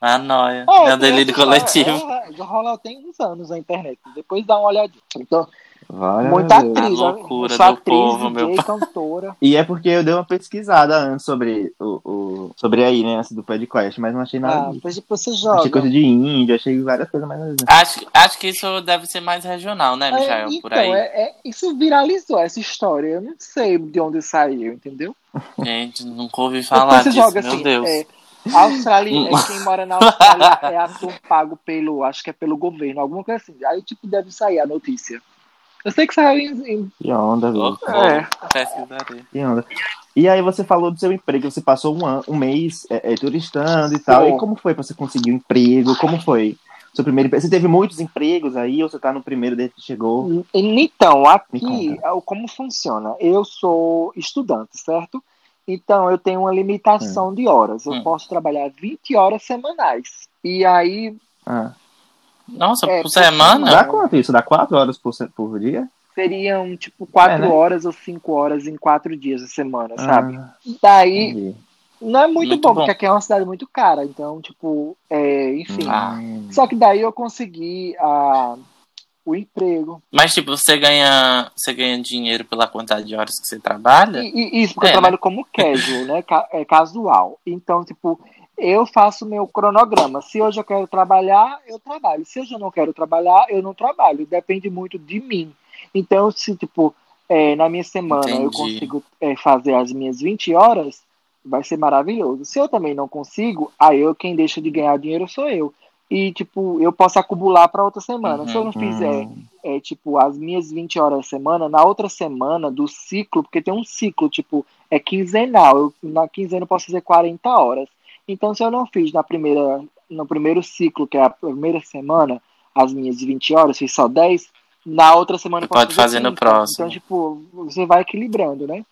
[SPEAKER 3] A noia.
[SPEAKER 1] É,
[SPEAKER 3] É um
[SPEAKER 1] tem
[SPEAKER 3] delírio
[SPEAKER 1] essa história.
[SPEAKER 3] coletivo.
[SPEAKER 1] É, já rola tem uns anos na internet. Depois dá uma olhadinha. Então,
[SPEAKER 2] Vale,
[SPEAKER 1] muita
[SPEAKER 2] meu Deus.
[SPEAKER 1] atriz.
[SPEAKER 3] A
[SPEAKER 1] ó.
[SPEAKER 3] loucura
[SPEAKER 1] Sou
[SPEAKER 3] do
[SPEAKER 1] atriz,
[SPEAKER 3] povo,
[SPEAKER 1] DJ,
[SPEAKER 3] meu
[SPEAKER 1] cantora.
[SPEAKER 2] E é porque eu dei uma pesquisada antes sobre o, o- sobre aí, né, essa do podcast, mas não achei nada.
[SPEAKER 1] Ah,
[SPEAKER 2] disso.
[SPEAKER 1] depois depois você
[SPEAKER 2] achei
[SPEAKER 1] joga.
[SPEAKER 2] coisa de índio, achei várias coisas, mas
[SPEAKER 3] Acho, acho que isso deve ser mais regional, né,
[SPEAKER 1] É,
[SPEAKER 3] Michael?
[SPEAKER 1] então,
[SPEAKER 3] Por aí.
[SPEAKER 1] é- é- isso viralizou essa história. Eu não sei de onde saiu, entendeu?
[SPEAKER 3] Gente, nunca ouvi
[SPEAKER 1] Depois
[SPEAKER 3] falar
[SPEAKER 1] você
[SPEAKER 3] disso.
[SPEAKER 1] joga
[SPEAKER 3] meu
[SPEAKER 1] assim.
[SPEAKER 3] Deus.
[SPEAKER 1] é, a Austrália, é, quem mora na Austrália é ator pago pelo, acho que é pelo governo, alguma coisa assim. Aí, tipo, deve sair a notícia. Eu sei que saiu em. em-
[SPEAKER 2] assim. que onda, velho.
[SPEAKER 3] Socorro. Pesquisarei.
[SPEAKER 2] Que onda. E aí você falou do seu emprego, você passou um, an- um mês é, é, turistando e tal.
[SPEAKER 1] Foi.
[SPEAKER 2] E como foi pra você conseguir um emprego? Como foi? Seu primeiro emprego? Você teve muitos empregos aí ou você tá no primeiro desde que chegou?
[SPEAKER 1] Então,
[SPEAKER 2] Me
[SPEAKER 1] aqui, ah, como funciona? Eu sou estudante, certo? Então, eu tenho uma limitação de horas. Eu
[SPEAKER 3] Hum.
[SPEAKER 1] posso trabalhar 20 horas semanais. E aí,
[SPEAKER 2] Ah,
[SPEAKER 3] Nossa,
[SPEAKER 1] É,
[SPEAKER 3] por
[SPEAKER 1] por
[SPEAKER 3] semana?
[SPEAKER 1] semana.
[SPEAKER 2] dá quanto isso? Dá quatro horas por, se- por dia?
[SPEAKER 1] seriam tipo quatro
[SPEAKER 2] É, né?
[SPEAKER 1] horas ou cinco horas em quatro dias da semana,
[SPEAKER 2] Ah, Hum.
[SPEAKER 1] sabe? Daí
[SPEAKER 2] entendi.
[SPEAKER 1] não é muito,
[SPEAKER 3] Muito
[SPEAKER 1] bom,
[SPEAKER 3] bom.
[SPEAKER 1] porque aqui é uma cidade muito cara, então, tipo, é, enfim.
[SPEAKER 2] Hum.
[SPEAKER 3] Ah.
[SPEAKER 1] Só que daí eu consegui ah, o emprego.
[SPEAKER 3] Mas tipo, você ganha, você ganha dinheiro pela quantidade de horas que você trabalha?
[SPEAKER 1] E, e isso, porque
[SPEAKER 3] É,
[SPEAKER 1] eu trabalho como casual, né? Ca- é casual. Então, tipo, eu faço meu cronograma. Se hoje eu quero trabalhar, eu trabalho. Se hoje eu não quero trabalhar, eu não trabalho. Depende muito de mim. Então, se, tipo, é, na minha semana
[SPEAKER 3] Entendi.
[SPEAKER 1] eu consigo é, fazer as minhas 20 horas, vai ser maravilhoso. Se eu também não consigo, aí eu quem deixa de ganhar dinheiro sou eu. E, tipo, eu posso acumular para outra semana. Se eu
[SPEAKER 3] Uhum,
[SPEAKER 1] não fizer
[SPEAKER 2] hum,
[SPEAKER 1] é tipo as minhas 20 horas da semana, na outra semana do ciclo, porque tem um ciclo, tipo, é quinzenal, eu, na quinzena eu posso fazer 40 horas. Então, se eu não fiz na primeira, no primeiro ciclo, que é a primeira semana, as minhas 20 horas, fiz só 10, na outra semana eu
[SPEAKER 3] Você
[SPEAKER 1] posso
[SPEAKER 3] pode fazer no
[SPEAKER 1] 30.
[SPEAKER 3] próximo.
[SPEAKER 1] Então, tipo, você vai equilibrando, né?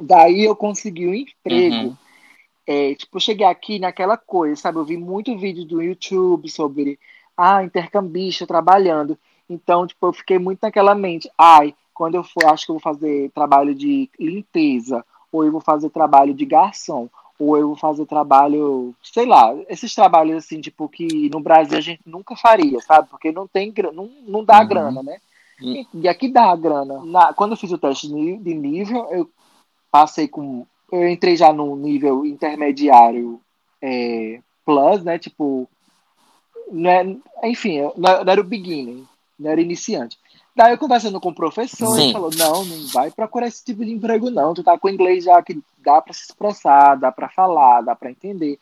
[SPEAKER 1] Daí eu consegui um emprego.
[SPEAKER 3] Uhum.
[SPEAKER 1] É, tipo, eu cheguei aqui naquela coisa, sabe? Eu vi muito vídeo do YouTube sobre, ah, intercambista trabalhando. Então, tipo, eu fiquei muito naquela mente. Ai, quando eu for, acho que eu vou fazer trabalho de limpeza, ou eu vou fazer trabalho de garçom, ou eu vou fazer trabalho, sei lá, esses trabalhos assim, tipo, que no Brasil a gente nunca faria, sabe? Porque não tem grana, não, não dá
[SPEAKER 3] Uhum.
[SPEAKER 1] grana, né?
[SPEAKER 3] E-
[SPEAKER 1] E, e aqui dá a grana. Na- quando eu fiz o teste de ni- de nível, eu passei com. Eu entrei já num nível intermediário é, plus, né? Tipo. Né, enfim, eu não, não era o beginning, não era iniciante. Daí eu conversando com o professor,
[SPEAKER 3] Sim.
[SPEAKER 1] ele falou: não, não vai procurar esse tipo de emprego, não. Tu tá com inglês já que dá pra se expressar, dá pra falar, dá pra entender.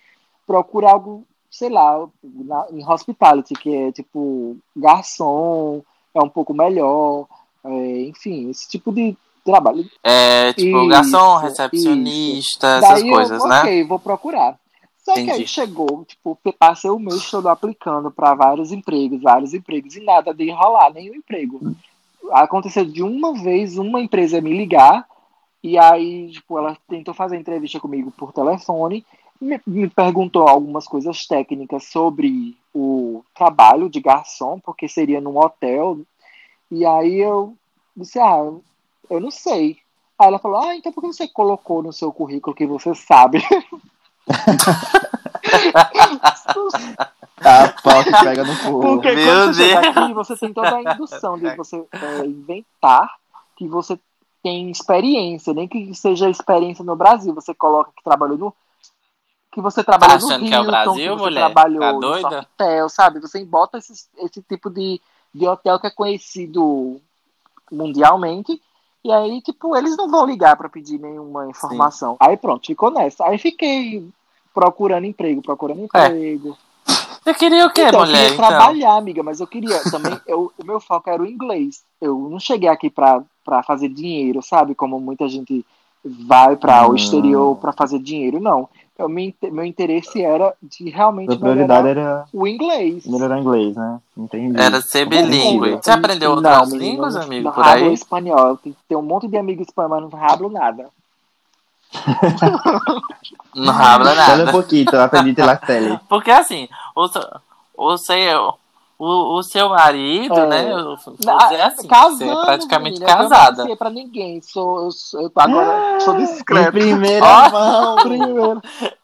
[SPEAKER 1] Procura algo, sei lá, na- em hospitality, que é tipo garçom, é um pouco melhor, é, enfim, esse tipo de trabalho.
[SPEAKER 3] É, tipo,
[SPEAKER 1] Isso,
[SPEAKER 3] garçom, recepcionista, essas
[SPEAKER 1] Daí
[SPEAKER 3] coisas,
[SPEAKER 1] eu,
[SPEAKER 3] né?
[SPEAKER 1] Ok, vou procurar. Só que aí
[SPEAKER 3] Entendi.
[SPEAKER 1] chegou, tipo, passei o mês todo aplicando para vários empregos, vários empregos, e nada de enrolar nenhum emprego. Aconteceu de uma vez uma empresa me ligar, e aí, tipo, ela tentou fazer entrevista comigo por telefone, me, me perguntou algumas coisas técnicas sobre o trabalho de garçom, porque seria num hotel. E aí eu disse, ah, eu- eu não sei. Aí ela falou, ah, então por que você colocou no seu currículo que você sabe?
[SPEAKER 2] A pau que tá, pega no pulo.
[SPEAKER 1] Porque
[SPEAKER 3] Meu
[SPEAKER 1] quando você chega
[SPEAKER 3] Deus.
[SPEAKER 1] aqui, você tem toda a indução de você é, inventar que você tem experiência, nem que seja experiência no Brasil. Você coloca que trabalhou no. Que você
[SPEAKER 3] Tá
[SPEAKER 1] trabalhou no
[SPEAKER 3] achando
[SPEAKER 1] Hilton,
[SPEAKER 3] que é o
[SPEAKER 1] que
[SPEAKER 3] Brasil,
[SPEAKER 1] você
[SPEAKER 3] mulher?
[SPEAKER 1] trabalhou
[SPEAKER 3] Tá
[SPEAKER 1] no
[SPEAKER 3] doida?
[SPEAKER 1] hotel, sabe? Você bota esse, esse tipo de, de hotel que é conhecido mundialmente. E aí, tipo, eles não vão ligar pra pedir nenhuma informação. Aí pronto, ficou nessa. Aí fiquei procurando emprego,
[SPEAKER 3] É.
[SPEAKER 1] procurando emprego.
[SPEAKER 3] Eu queria o quê,
[SPEAKER 1] Então, eu
[SPEAKER 3] É, mulher?
[SPEAKER 1] queria
[SPEAKER 3] Então?
[SPEAKER 1] trabalhar, amiga, mas eu queria também. eu- o meu foco era o inglês. Eu não cheguei aqui pra, pra fazer dinheiro, sabe? Como muita gente vai para o
[SPEAKER 2] Hum.
[SPEAKER 1] exterior pra fazer dinheiro, não. Eu, me inte- meu interesse era de realmente
[SPEAKER 2] Sua prioridade
[SPEAKER 1] melhorar
[SPEAKER 2] era
[SPEAKER 1] o inglês. assim,
[SPEAKER 2] melhorar inglês, né? Entendi.
[SPEAKER 3] Era ser bilíngue.
[SPEAKER 2] Compreensível.
[SPEAKER 1] Não,
[SPEAKER 3] Você aprendeu outras
[SPEAKER 1] menino,
[SPEAKER 3] línguas,
[SPEAKER 1] não-
[SPEAKER 3] amigo,
[SPEAKER 1] não
[SPEAKER 3] por
[SPEAKER 1] hablo
[SPEAKER 3] aí?
[SPEAKER 1] espanhol. Tem, tem um monte de amigos espanhol, mas não hablo nada.
[SPEAKER 3] Não habla
[SPEAKER 2] Só um
[SPEAKER 3] nada.
[SPEAKER 2] pouquinho, aprendi de tele.
[SPEAKER 3] Porque assim, o, seu- o seu... O, o seu marido,
[SPEAKER 1] É.
[SPEAKER 3] né? Eu vou
[SPEAKER 1] Na-
[SPEAKER 3] dizer assim, você é
[SPEAKER 1] Casando,
[SPEAKER 3] praticamente
[SPEAKER 1] menina, Eu
[SPEAKER 3] casada.
[SPEAKER 1] não sei pra ninguém. Sou, eu, sou- eu agora sou
[SPEAKER 2] Em
[SPEAKER 1] discreta.
[SPEAKER 2] primeira
[SPEAKER 3] Ó.
[SPEAKER 2] mão.
[SPEAKER 1] Primeiro.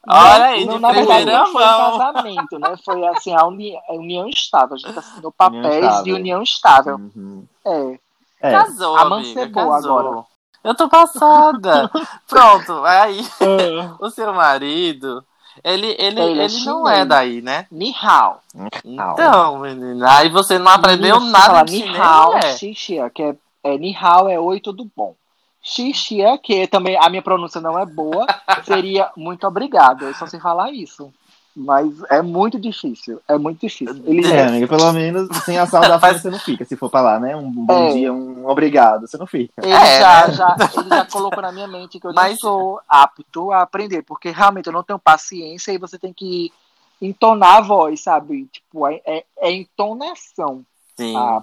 [SPEAKER 3] Olha aí,
[SPEAKER 1] Não,
[SPEAKER 3] de
[SPEAKER 1] na verdade,
[SPEAKER 3] primeira
[SPEAKER 1] não foi um
[SPEAKER 3] mão.
[SPEAKER 1] casamento, né? Foi assim, a, uni a união estável. A gente assinou papéis de
[SPEAKER 2] estável.
[SPEAKER 1] união estável.
[SPEAKER 2] Uhum.
[SPEAKER 1] É.
[SPEAKER 2] É,
[SPEAKER 3] Casou, amiga,
[SPEAKER 1] Amancebou
[SPEAKER 3] casou.
[SPEAKER 1] agora.
[SPEAKER 3] Eu tô passada. Pronto, aí o seu marido, ele,
[SPEAKER 1] Ele
[SPEAKER 3] ele, ele,
[SPEAKER 1] é
[SPEAKER 3] não
[SPEAKER 1] chinês.
[SPEAKER 3] é daí, né?
[SPEAKER 1] Ni hao.
[SPEAKER 2] Não.
[SPEAKER 3] Então, menina, aí você não
[SPEAKER 1] Menina,
[SPEAKER 3] aprendeu
[SPEAKER 1] você
[SPEAKER 3] nada
[SPEAKER 1] fala
[SPEAKER 3] de
[SPEAKER 1] Ni
[SPEAKER 3] chinês,
[SPEAKER 1] hao,
[SPEAKER 3] né?
[SPEAKER 1] xi xia, que é, é ni hao é oi, tudo bom. Xi xia, que também a minha pronúncia não é boa, seria muito obrigado. Eu só sei falar isso. Mas é muito difícil. É muito difícil. Ele
[SPEAKER 2] É, amiga, pelo menos sem a saudação você não fica, se for pra lá, né? Um bom
[SPEAKER 1] É.
[SPEAKER 2] dia, um obrigado, você não fica.
[SPEAKER 1] Ele,
[SPEAKER 3] É,
[SPEAKER 1] já,
[SPEAKER 3] né?
[SPEAKER 1] já, ele já colocou na minha mente que eu
[SPEAKER 3] Mas-
[SPEAKER 1] não sou apto a aprender, porque realmente eu não tenho paciência e você tem que entonar a voz, sabe? Tipo, é, é- é entonação.
[SPEAKER 3] né? Sim.
[SPEAKER 1] Ah,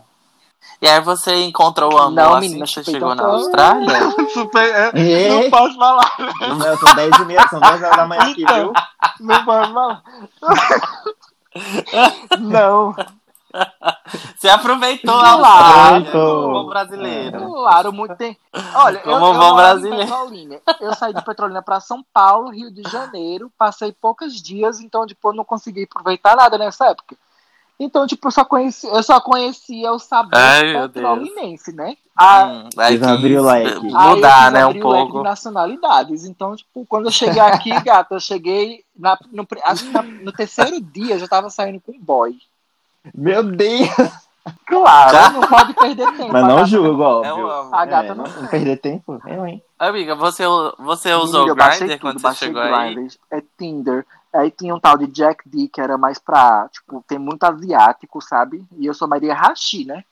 [SPEAKER 3] E aí você encontrou o amor
[SPEAKER 1] Não,
[SPEAKER 3] assim
[SPEAKER 1] menina,
[SPEAKER 3] que você
[SPEAKER 1] super,
[SPEAKER 3] chegou
[SPEAKER 1] então
[SPEAKER 3] na
[SPEAKER 1] foi-
[SPEAKER 3] Austrália?
[SPEAKER 2] É.
[SPEAKER 1] posso falar,
[SPEAKER 2] Não, são 10 e meia, são 10 horas da manhã aqui,
[SPEAKER 1] Então,
[SPEAKER 2] viu?
[SPEAKER 1] não posso falar. Não,
[SPEAKER 3] Você aproveitou a
[SPEAKER 1] Claro.
[SPEAKER 3] Austrália como um
[SPEAKER 2] Aproveitou.
[SPEAKER 3] bom
[SPEAKER 1] É.
[SPEAKER 3] brasileiro.
[SPEAKER 1] claro, muito tem. Olha, eu, eu
[SPEAKER 3] Como bom
[SPEAKER 1] morava em
[SPEAKER 3] brasileiro.
[SPEAKER 1] Petrolina. Eu saí de Petrolina para São Paulo, Rio de Janeiro, passei poucos dias, então depois não consegui aproveitar nada nessa época. Então, tipo, eu só conheci, eu só conhecia o sabor
[SPEAKER 3] Ai, meu Deus.
[SPEAKER 1] petrolinense, né? A,
[SPEAKER 3] Hum, aí
[SPEAKER 2] Eles abriram o leque.
[SPEAKER 1] Aí eu
[SPEAKER 3] mudar,
[SPEAKER 1] quis
[SPEAKER 3] né, um
[SPEAKER 1] abrir o leque de
[SPEAKER 3] pouco.
[SPEAKER 1] nacionalidades. Então, tipo, quando eu cheguei aqui, gata, eu cheguei na- no, pri- acho que na- no terceiro dia, eu já tava saindo com um boy.
[SPEAKER 2] Meu Deus!
[SPEAKER 1] Claro, não pode perder tempo.
[SPEAKER 2] Mas
[SPEAKER 1] a
[SPEAKER 2] não
[SPEAKER 1] gata-
[SPEAKER 2] julgo,
[SPEAKER 3] Eu
[SPEAKER 2] óbvio.
[SPEAKER 3] amo.
[SPEAKER 1] A gata
[SPEAKER 2] É,
[SPEAKER 1] não
[SPEAKER 2] não,
[SPEAKER 1] tem.
[SPEAKER 2] não perder tempo? É Eu, hein?
[SPEAKER 3] Amiga, você, você
[SPEAKER 1] Menina,
[SPEAKER 3] Então usou o
[SPEAKER 1] eu baixei
[SPEAKER 3] Grindr quando você
[SPEAKER 1] baixei
[SPEAKER 3] chegou aí?
[SPEAKER 1] Grindr, É Tinder. Aí tinha um tal de Jack D, que era mais pra, tipo, tem muito asiático, sabe? E eu sou Maria Rashi, né?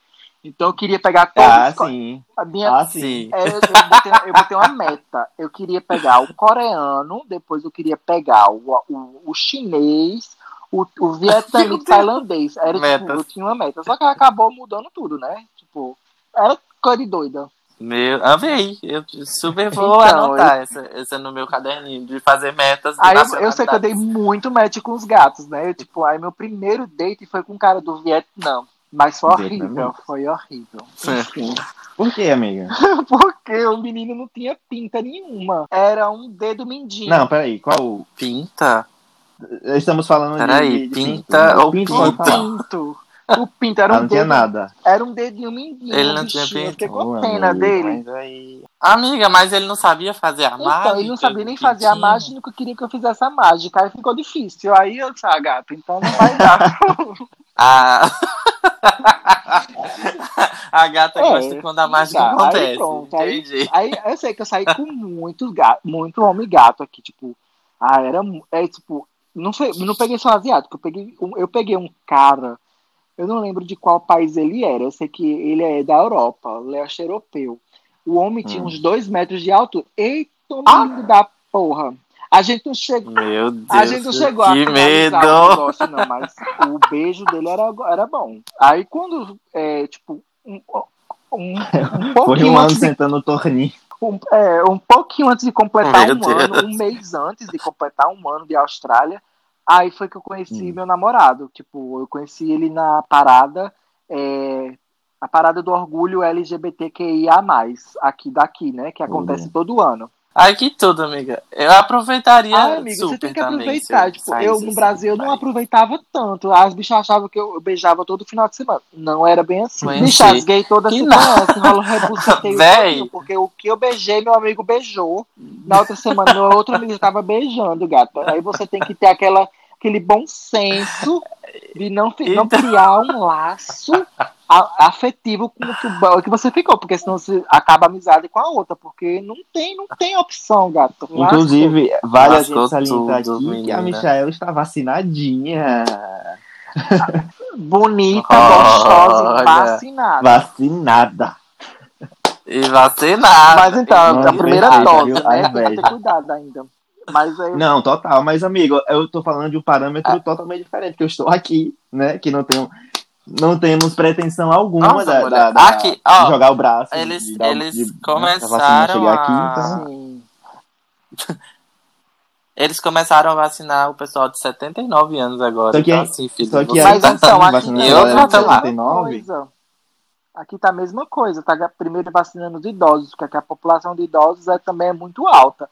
[SPEAKER 1] Então eu queria pegar todos
[SPEAKER 2] Ah,
[SPEAKER 1] os co-
[SPEAKER 2] sim.
[SPEAKER 1] a minha,
[SPEAKER 2] Ah, sim.
[SPEAKER 3] Sim.
[SPEAKER 1] é, eu, eu botei, eu botei uma meta. Eu queria pegar o coreano, depois eu queria pegar o, o, o chinês, o, o vietnamita e o tailandês. Era, tipo,
[SPEAKER 3] Metas.
[SPEAKER 1] eu tinha uma meta. Só que ela acabou mudando tudo, né? Tipo, era coisa de doida.
[SPEAKER 3] Meu, amei. Eu super vou
[SPEAKER 1] Então,
[SPEAKER 3] anotar essa, essa no meu caderninho de fazer metas. de
[SPEAKER 1] Aí eu, eu sei que eu dei
[SPEAKER 3] nacionalidades.
[SPEAKER 1] muito match com os gatos, né? Eu, tipo, aí meu primeiro date foi com um cara do Vietnã. Mas foi horrível,
[SPEAKER 2] Vietnamita.
[SPEAKER 1] foi horrível.
[SPEAKER 3] Sim.
[SPEAKER 1] Enfim.
[SPEAKER 2] Por que, amiga?
[SPEAKER 1] Porque o menino não tinha pinta nenhuma. Era um dedo mindinho.
[SPEAKER 2] Não, peraí, qual. o-
[SPEAKER 3] Pinta?
[SPEAKER 2] Estamos falando de-
[SPEAKER 3] Peraí,
[SPEAKER 2] de. de pinto,
[SPEAKER 3] pinta
[SPEAKER 2] né?
[SPEAKER 3] ou
[SPEAKER 2] Pinto
[SPEAKER 1] O
[SPEAKER 2] pode
[SPEAKER 3] pinta?
[SPEAKER 2] falar.
[SPEAKER 1] pinto. O pinto era
[SPEAKER 2] Ah,
[SPEAKER 1] um
[SPEAKER 2] não tinha
[SPEAKER 1] dedo.
[SPEAKER 2] nada.
[SPEAKER 1] Era um dedinho mindinho.
[SPEAKER 3] Ele não
[SPEAKER 1] bichinho,
[SPEAKER 3] tinha pinto?
[SPEAKER 1] Eu fiquei com
[SPEAKER 2] Boa,
[SPEAKER 1] pena
[SPEAKER 2] amiga,
[SPEAKER 1] dele.
[SPEAKER 2] mas é aí-
[SPEAKER 3] Amiga, mas ele não sabia fazer a mágica.
[SPEAKER 1] Então, ele não sabia
[SPEAKER 3] do
[SPEAKER 1] nem fazer a
[SPEAKER 3] pintinho?
[SPEAKER 1] mágica, eu queria que eu fizesse a mágica. Aí ficou difícil. Aí eu disse, ah, gato, então não vai dar.
[SPEAKER 3] Ah. a gata
[SPEAKER 1] É,
[SPEAKER 3] gosta quando a mágica
[SPEAKER 1] tá, aí
[SPEAKER 3] acontece.
[SPEAKER 1] pronto, aí-
[SPEAKER 3] Entendi.
[SPEAKER 1] Aí eu sei que eu saí com muito gato, muito homem gato aqui, tipo, ah, era mu- é tipo, não foi, não peguei só asiático, eu peguei, um- eu peguei um cara, eu não lembro de qual país ele era, eu sei que ele é da Europa, ele acho europeu. O homem tinha
[SPEAKER 2] Hum.
[SPEAKER 1] uns dois metros de alto, eita, menino da porra. A gente não chegou,
[SPEAKER 3] Meu Deus.
[SPEAKER 1] a gente não chegou a
[SPEAKER 3] que
[SPEAKER 1] finalizar o
[SPEAKER 3] medo.
[SPEAKER 1] negócio, não, mas o beijo dele era, era bom. Aí quando, é, tipo, um, um, um
[SPEAKER 2] Foi
[SPEAKER 1] pouquinho
[SPEAKER 2] um ano
[SPEAKER 1] antes de
[SPEAKER 2] sentando no torninho.
[SPEAKER 1] um, é, um pouquinho antes de completar
[SPEAKER 3] Meu
[SPEAKER 1] um
[SPEAKER 3] Deus.
[SPEAKER 1] ano, um mês antes de completar um ano de Austrália, aí foi que eu conheci
[SPEAKER 2] Hum.
[SPEAKER 1] meu namorado. Tipo, eu conheci ele na parada, é, a parada do orgulho LGBTQIA, aqui daqui, né? Que acontece
[SPEAKER 2] Olha.
[SPEAKER 1] todo ano.
[SPEAKER 3] Ai, que tudo, amiga. Eu aproveitaria.
[SPEAKER 1] Ah, amigo,
[SPEAKER 3] super
[SPEAKER 1] você tem que
[SPEAKER 3] também,
[SPEAKER 1] aproveitar.
[SPEAKER 3] se eu
[SPEAKER 1] tipo,
[SPEAKER 3] saísse
[SPEAKER 1] eu no
[SPEAKER 3] assim,
[SPEAKER 1] Brasil eu não
[SPEAKER 3] vai.
[SPEAKER 1] aproveitava tanto. As bichas achavam que eu beijava todo final de semana. Não era bem assim.
[SPEAKER 3] Conheci.
[SPEAKER 1] Bichas as gay toda
[SPEAKER 3] Que
[SPEAKER 1] semana, se rola um rebuceteio
[SPEAKER 3] Véi.
[SPEAKER 1] todinho, porque o que eu beijei, meu amigo beijou. Na outra semana, meu outro amigo estava beijando, gata. Aí você tem que ter aquela, aquele bom senso de não, fi- não
[SPEAKER 3] Então-
[SPEAKER 1] criar um laço a- afetivo com o que, o ba- que você ficou, porque senão você acaba a amizade com a outra, porque não tem, não tem opção, Um gato.
[SPEAKER 2] Inclusive, vale a
[SPEAKER 3] Lascou
[SPEAKER 2] gente salientar
[SPEAKER 3] tudo,
[SPEAKER 2] aqui que
[SPEAKER 3] menina.
[SPEAKER 2] a Michaela está vacinadinha.
[SPEAKER 1] bonita,
[SPEAKER 3] Olha.
[SPEAKER 1] gostosa e vacinada.
[SPEAKER 2] Vacinada.
[SPEAKER 3] E vacinar.
[SPEAKER 1] Mas então,
[SPEAKER 2] Não,
[SPEAKER 1] a primeira
[SPEAKER 2] perfeito,
[SPEAKER 1] dose,
[SPEAKER 2] viu?
[SPEAKER 1] né?
[SPEAKER 2] Ai,
[SPEAKER 1] Tem que
[SPEAKER 2] velho.
[SPEAKER 1] ter cuidado ainda. Mas aí,
[SPEAKER 2] Não, total. Mas, amigo, eu tô falando de um parâmetro
[SPEAKER 3] Ah.
[SPEAKER 2] totalmente diferente, que eu estou aqui, né? Que não tenho. Não temos pretensão alguma
[SPEAKER 3] Nossa,
[SPEAKER 2] da,
[SPEAKER 3] mulher.
[SPEAKER 2] da- da-
[SPEAKER 3] Aqui, ó,
[SPEAKER 2] de jogar o braço.
[SPEAKER 3] eles-
[SPEAKER 2] de dar o-
[SPEAKER 3] eles
[SPEAKER 2] de- né, a
[SPEAKER 3] começaram
[SPEAKER 2] vacina chegar aqui,
[SPEAKER 3] a-
[SPEAKER 2] então.
[SPEAKER 1] assim,
[SPEAKER 3] Eles começaram a vacinar o pessoal de 79 anos agora.
[SPEAKER 2] Só que-
[SPEAKER 3] então, assim, filho,
[SPEAKER 2] Só que
[SPEAKER 3] você
[SPEAKER 1] Mas
[SPEAKER 2] aí tá
[SPEAKER 1] então,
[SPEAKER 2] sendo né,
[SPEAKER 1] aqui
[SPEAKER 2] vacinando
[SPEAKER 3] tem
[SPEAKER 2] a galera de
[SPEAKER 3] outra lá.
[SPEAKER 2] 79.
[SPEAKER 1] coisa. Aqui tá a mesma coisa, tá primeiro vacinando os idosos, porque aqui a população de idosos é, também é muito alta.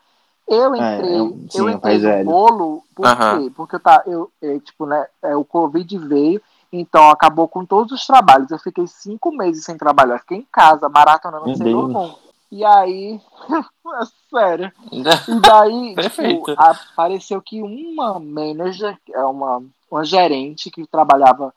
[SPEAKER 1] Eu
[SPEAKER 2] É,
[SPEAKER 1] entrei,
[SPEAKER 2] é um- sim,
[SPEAKER 1] eu
[SPEAKER 2] um
[SPEAKER 1] entrei
[SPEAKER 2] país
[SPEAKER 1] no
[SPEAKER 2] velho.
[SPEAKER 1] bolo, por
[SPEAKER 3] Aham.
[SPEAKER 1] quê? Porque eu, tá, eu, é, tipo, né, é, o Covid veio, então acabou com todos os trabalhos. Eu fiquei cinco meses sem trabalhar, fiquei em casa, maratonando,
[SPEAKER 2] Meu
[SPEAKER 1] sem
[SPEAKER 2] Deus.
[SPEAKER 1] hormônio. E aí, é sério,
[SPEAKER 3] tá-
[SPEAKER 1] E daí, tipo,
[SPEAKER 3] Perfeito.
[SPEAKER 1] apareceu que uma manager, é uma, uma gerente que trabalhava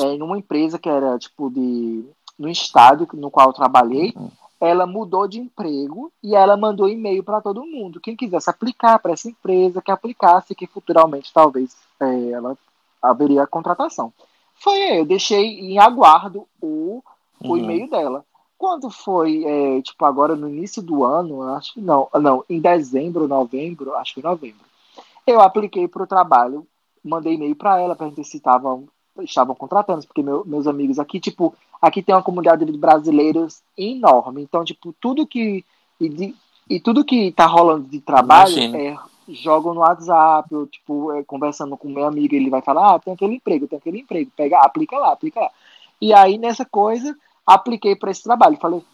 [SPEAKER 1] é, em uma empresa que era, tipo, de, no estado no qual eu trabalhei, ela mudou de emprego e ela mandou e-mail para todo mundo. Quem quisesse aplicar para essa empresa, que aplicasse, que futuramente talvez é, ela haveria a contratação. Foi é, eu, eu deixei em aguardo o o
[SPEAKER 3] Uhum.
[SPEAKER 1] e-mail dela. Quando foi, é, tipo, agora no início do ano, eu acho que não, não, em dezembro, novembro, acho que novembro, eu apliquei para o trabalho, mandei e-mail para ela, perguntei se estavam, estavam contratando, porque meu- meus amigos aqui, tipo, aqui tem uma comunidade de brasileiros enorme, então, tipo, tudo que, e, de- e tudo que tá rolando de trabalho,
[SPEAKER 3] Imagino.
[SPEAKER 1] é, jogam no WhatsApp, eu, tipo, é, conversando com meu amigo, ele vai falar, ah, tem aquele emprego, tem aquele emprego, pega, aplica lá, aplica lá. E aí, nessa coisa, apliquei para esse trabalho. Falei.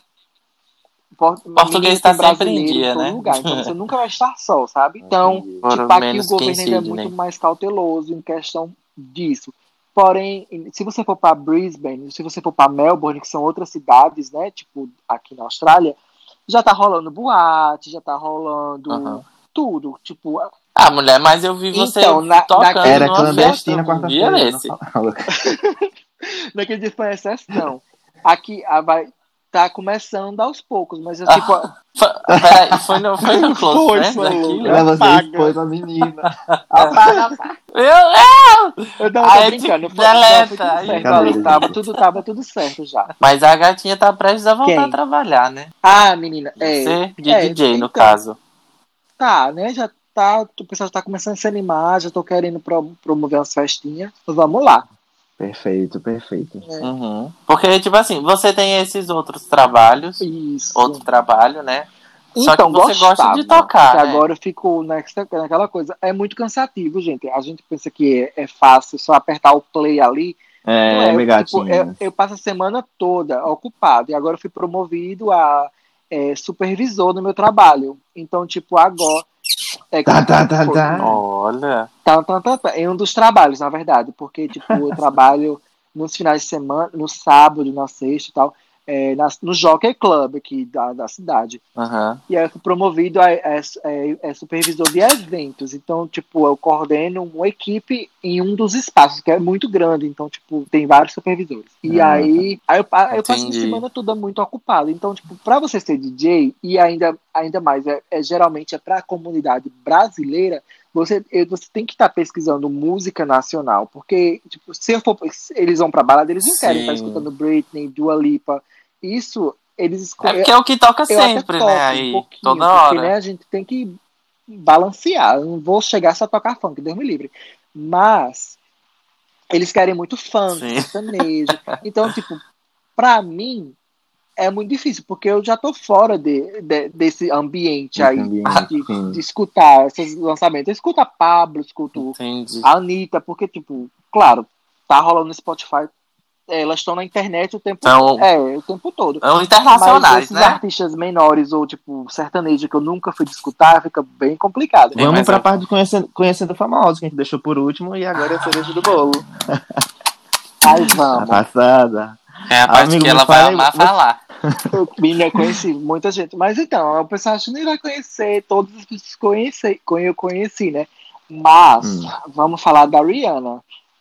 [SPEAKER 1] por- menino
[SPEAKER 3] Português tá
[SPEAKER 1] tem
[SPEAKER 3] sempre em
[SPEAKER 1] brasileiro
[SPEAKER 3] dia,
[SPEAKER 1] todo
[SPEAKER 3] né? Uhum.
[SPEAKER 1] lugar, então você nunca vai estar só, sabe? Então,
[SPEAKER 2] Entendi.
[SPEAKER 1] tipo,
[SPEAKER 3] Foram
[SPEAKER 1] aqui o
[SPEAKER 3] menos
[SPEAKER 1] governo ainda é
[SPEAKER 3] 15, né?
[SPEAKER 1] muito mais cauteloso em questão disso. Porém, se você for para Brisbane, se você for para Melbourne, que são outras cidades, né? Tipo, aqui na Austrália, já tá rolando boate, já tá rolando
[SPEAKER 3] Aham.
[SPEAKER 1] tudo. Tipo,
[SPEAKER 3] Ah, mulher, mas eu vi você
[SPEAKER 1] Então, na-
[SPEAKER 3] tocando
[SPEAKER 1] na-
[SPEAKER 2] Era
[SPEAKER 3] numa
[SPEAKER 2] clandestina
[SPEAKER 3] festa um dia
[SPEAKER 2] quarta-feira.
[SPEAKER 3] desse.
[SPEAKER 2] não fala.
[SPEAKER 1] Naquele dia foi exceção. Aqui a, vai, tá começando aos poucos, mas eu, tipo.
[SPEAKER 3] Peraí, foi no, foi no close né,
[SPEAKER 1] Foi,
[SPEAKER 3] friends
[SPEAKER 1] foi
[SPEAKER 3] aquilo?
[SPEAKER 1] louco.
[SPEAKER 2] Ela você
[SPEAKER 1] Apaga.
[SPEAKER 2] expôs a menina.
[SPEAKER 3] Meu Deus!
[SPEAKER 1] Eu não,
[SPEAKER 3] Aí
[SPEAKER 1] tô brincando.
[SPEAKER 3] tu
[SPEAKER 1] foi- não, foi
[SPEAKER 3] deleta,
[SPEAKER 1] tudo
[SPEAKER 3] aí
[SPEAKER 1] certo,
[SPEAKER 2] deleta.
[SPEAKER 1] tava, tudo, tava tudo certo já.
[SPEAKER 3] Mas a gatinha tá prestes a voltar
[SPEAKER 1] Quem?
[SPEAKER 3] a trabalhar, né?
[SPEAKER 1] Ah, menina, é.
[SPEAKER 3] Você de
[SPEAKER 1] é,
[SPEAKER 3] DJ, no
[SPEAKER 1] então.
[SPEAKER 3] caso.
[SPEAKER 1] Tá, né? Já tá. O pessoal já tá começando a se animar, já tô querendo pro- promover umas festinhas. Vamos lá.
[SPEAKER 2] Perfeito, perfeito.
[SPEAKER 3] Uhum. Porque, tipo assim, você tem esses outros trabalhos,
[SPEAKER 1] Isso.
[SPEAKER 3] outro trabalho, né? Só que
[SPEAKER 1] Então,
[SPEAKER 3] você gosta
[SPEAKER 1] gostava,
[SPEAKER 3] de tocar,
[SPEAKER 1] que
[SPEAKER 3] né?
[SPEAKER 1] agora ficou nessa, naquela coisa. É muito cansativo, gente. A gente pensa que é, é fácil só apertar o play ali. Não
[SPEAKER 2] É,
[SPEAKER 1] eu,
[SPEAKER 2] minha
[SPEAKER 1] tipo,
[SPEAKER 2] gatinha.
[SPEAKER 1] eu, eu passo a semana toda ocupado. E agora eu fui promovido a é, supervisor no meu trabalho. Então, tipo, agora. É,
[SPEAKER 2] Tá, tá, tá, tá.
[SPEAKER 3] Olha.
[SPEAKER 1] Tá, tá, tá, tá. É um dos trabalhos, na verdade, porque, tipo, eu trabalho nos finais de semana, no sábado, na sexta e tal, é, na- no Jockey Club aqui da, da cidade.
[SPEAKER 3] Aham.
[SPEAKER 1] E aí eu fui promovido a, a- a- a supervisor de eventos. Então, tipo, eu coordeno uma equipe em um dos espaços, que é muito grande. Então, tipo, tem vários supervisores. E
[SPEAKER 2] Ah,
[SPEAKER 1] aí, aí eu, pa- eu passo a
[SPEAKER 3] entendi.
[SPEAKER 1] semana toda é muito ocupado. Então, tipo, pra você ser DJ, e ainda, ainda mais, é, é- geralmente é pra comunidade brasileira, você, eh, você tem que estar pesquisando música nacional. Porque, tipo, se eu for, se eles vão pra balada, eles não querem estar
[SPEAKER 3] Sim.
[SPEAKER 1] escutando Britney, Dua Lipa. Isso, eles
[SPEAKER 3] É
[SPEAKER 1] escolhem
[SPEAKER 3] porque é o que toca
[SPEAKER 1] eu até
[SPEAKER 3] sempre,
[SPEAKER 1] toco
[SPEAKER 3] né?
[SPEAKER 1] um
[SPEAKER 3] Aí,
[SPEAKER 1] pouquinho,
[SPEAKER 3] toda
[SPEAKER 1] porque,
[SPEAKER 3] hora.
[SPEAKER 1] né, a gente tem que balancear. Eu não vou chegar só a tocar funk, Deus me livre. Mas eles querem muito funk,
[SPEAKER 3] Sim.
[SPEAKER 1] sertanejo. Então, tipo, pra mim é muito difícil, porque eu já tô fora de, de- desse ambiente aí Ah,
[SPEAKER 2] ambiente,
[SPEAKER 1] de,
[SPEAKER 2] sim.
[SPEAKER 1] de escutar esses lançamentos. Eu escuto a Pablo, escuto
[SPEAKER 3] Entendi.
[SPEAKER 1] a Anitta, porque, tipo, claro, tá rolando no Spotify, é, elas estão na internet o tempo,
[SPEAKER 3] Então,
[SPEAKER 1] é, o tempo todo.
[SPEAKER 3] são
[SPEAKER 1] Mas
[SPEAKER 3] internacionais,
[SPEAKER 1] esses
[SPEAKER 3] né?
[SPEAKER 1] artistas menores ou, tipo, sertanejo que eu nunca fui de escutar, fica bem complicado.
[SPEAKER 3] Bem
[SPEAKER 2] Vamos
[SPEAKER 3] mais
[SPEAKER 2] pra
[SPEAKER 3] alto.
[SPEAKER 2] parte de conhecendo, conhecendo famosos, que a gente deixou por último, e agora é a cereja do bolo.
[SPEAKER 1] Tá Mas
[SPEAKER 2] A
[SPEAKER 1] vamos.
[SPEAKER 2] passada.
[SPEAKER 3] É a parte
[SPEAKER 2] Ah, Amigo,
[SPEAKER 3] que
[SPEAKER 2] me
[SPEAKER 3] ela vai
[SPEAKER 2] fala aí,
[SPEAKER 3] amar
[SPEAKER 2] você-
[SPEAKER 3] falar.
[SPEAKER 1] Eu menina, conheci muita gente. Mas então, o pessoal acha que nem vai conhecer, todos os que conheci, que eu conheci, né? Mas,
[SPEAKER 2] Hum.
[SPEAKER 1] vamos falar da Rihanna.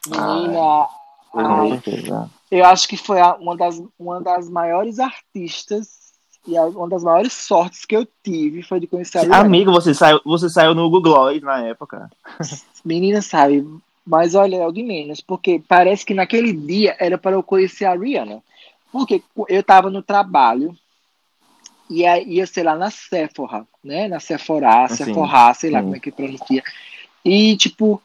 [SPEAKER 1] Menina,
[SPEAKER 2] Com
[SPEAKER 1] ai,
[SPEAKER 2] certeza.
[SPEAKER 1] eu acho que foi a- uma, das, uma das maiores artistas e a- uma das maiores sortes que eu tive foi de conhecer a Rihanna.
[SPEAKER 2] Amigo, você saiu, você saiu no Google Gloss na época.
[SPEAKER 1] Menina, sabe? Mas olha, é o de menos, porque parece que naquele dia era para eu conhecer a Rihanna. Porque eu tava no trabalho e aí ia, sei lá, na Sephora, né? Na Sephora,
[SPEAKER 2] Sim,
[SPEAKER 1] Sephora, sei lá
[SPEAKER 2] Ah, sim.
[SPEAKER 1] como é que pronuncia. E, tipo,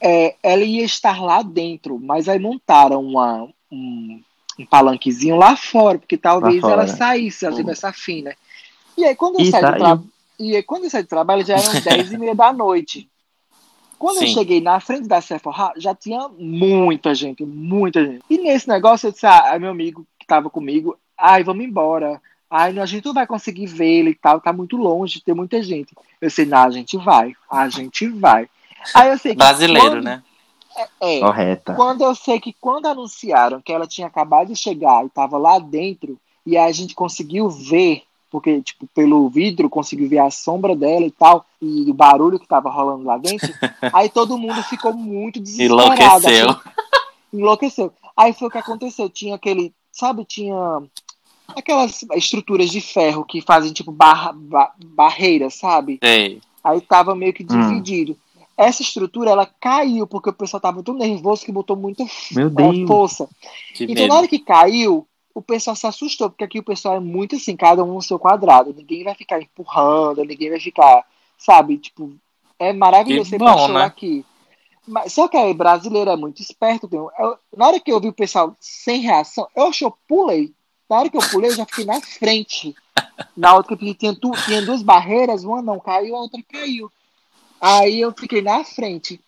[SPEAKER 1] é, ela ia estar lá dentro, mas aí montaram uma, um, um palanquezinho lá fora, porque talvez
[SPEAKER 2] fora. né?
[SPEAKER 1] ela saísse, ela tivesse afim, né? E aí quando eu
[SPEAKER 2] E tá
[SPEAKER 1] saí do
[SPEAKER 2] saiu.
[SPEAKER 1] trabalho. E aí, quando eu saí do trabalho, já eram 10 e meia da noite. Quando eu
[SPEAKER 3] Sim.
[SPEAKER 1] cheguei na frente da Sephora, já tinha muita gente, muita gente. E nesse negócio, eu disse, ah, aí meu amigo que tava comigo, ai, vamos embora. Ai, não, a gente não vai conseguir ver ele e tal, tá muito longe, tem muita gente. Eu sei, não, a gente vai, a gente vai. Aí eu sei que
[SPEAKER 3] Brasileiro,
[SPEAKER 1] quando-
[SPEAKER 3] né?
[SPEAKER 1] É,
[SPEAKER 2] Correta.
[SPEAKER 1] quando eu sei que quando anunciaram que ela tinha acabado de chegar e tava lá dentro, e aí a gente conseguiu ver, porque, tipo, pelo vidro conseguiu ver a sombra dela e tal, e o barulho que tava rolando lá dentro, aí todo mundo ficou muito desesperado.
[SPEAKER 3] Enlouqueceu.
[SPEAKER 1] assim, enlouqueceu. Aí foi o que aconteceu. Tinha aquele, sabe, tinha aquelas estruturas de ferro que fazem, tipo, barra, ba- barreiras, sabe?
[SPEAKER 3] Sei.
[SPEAKER 1] Aí tava meio que
[SPEAKER 2] Hum.
[SPEAKER 1] dividido. Essa estrutura, ela caiu, porque o pessoal tava tão nervoso que botou muita
[SPEAKER 2] Meu
[SPEAKER 1] é,
[SPEAKER 2] Deus.
[SPEAKER 1] força.
[SPEAKER 3] Que
[SPEAKER 1] então, na hora
[SPEAKER 3] medo.
[SPEAKER 1] que caiu, o pessoal se assustou, porque aqui o pessoal é muito assim, cada um no seu quadrado. Ninguém vai ficar empurrando, ninguém vai ficar, sabe? Tipo, é maravilhoso
[SPEAKER 3] Que
[SPEAKER 1] você
[SPEAKER 3] bom,
[SPEAKER 1] passou
[SPEAKER 3] né?
[SPEAKER 1] aqui. Mas, só que aí, brasileiro é muito esperto. tem um- eu- na hora que eu vi o pessoal sem reação, eu acho que eu pulei. Na hora que eu pulei, eu já fiquei na frente. Na outra que tinha, tu- tinha duas barreiras, uma não caiu, a outra caiu. Aí eu fiquei na frente.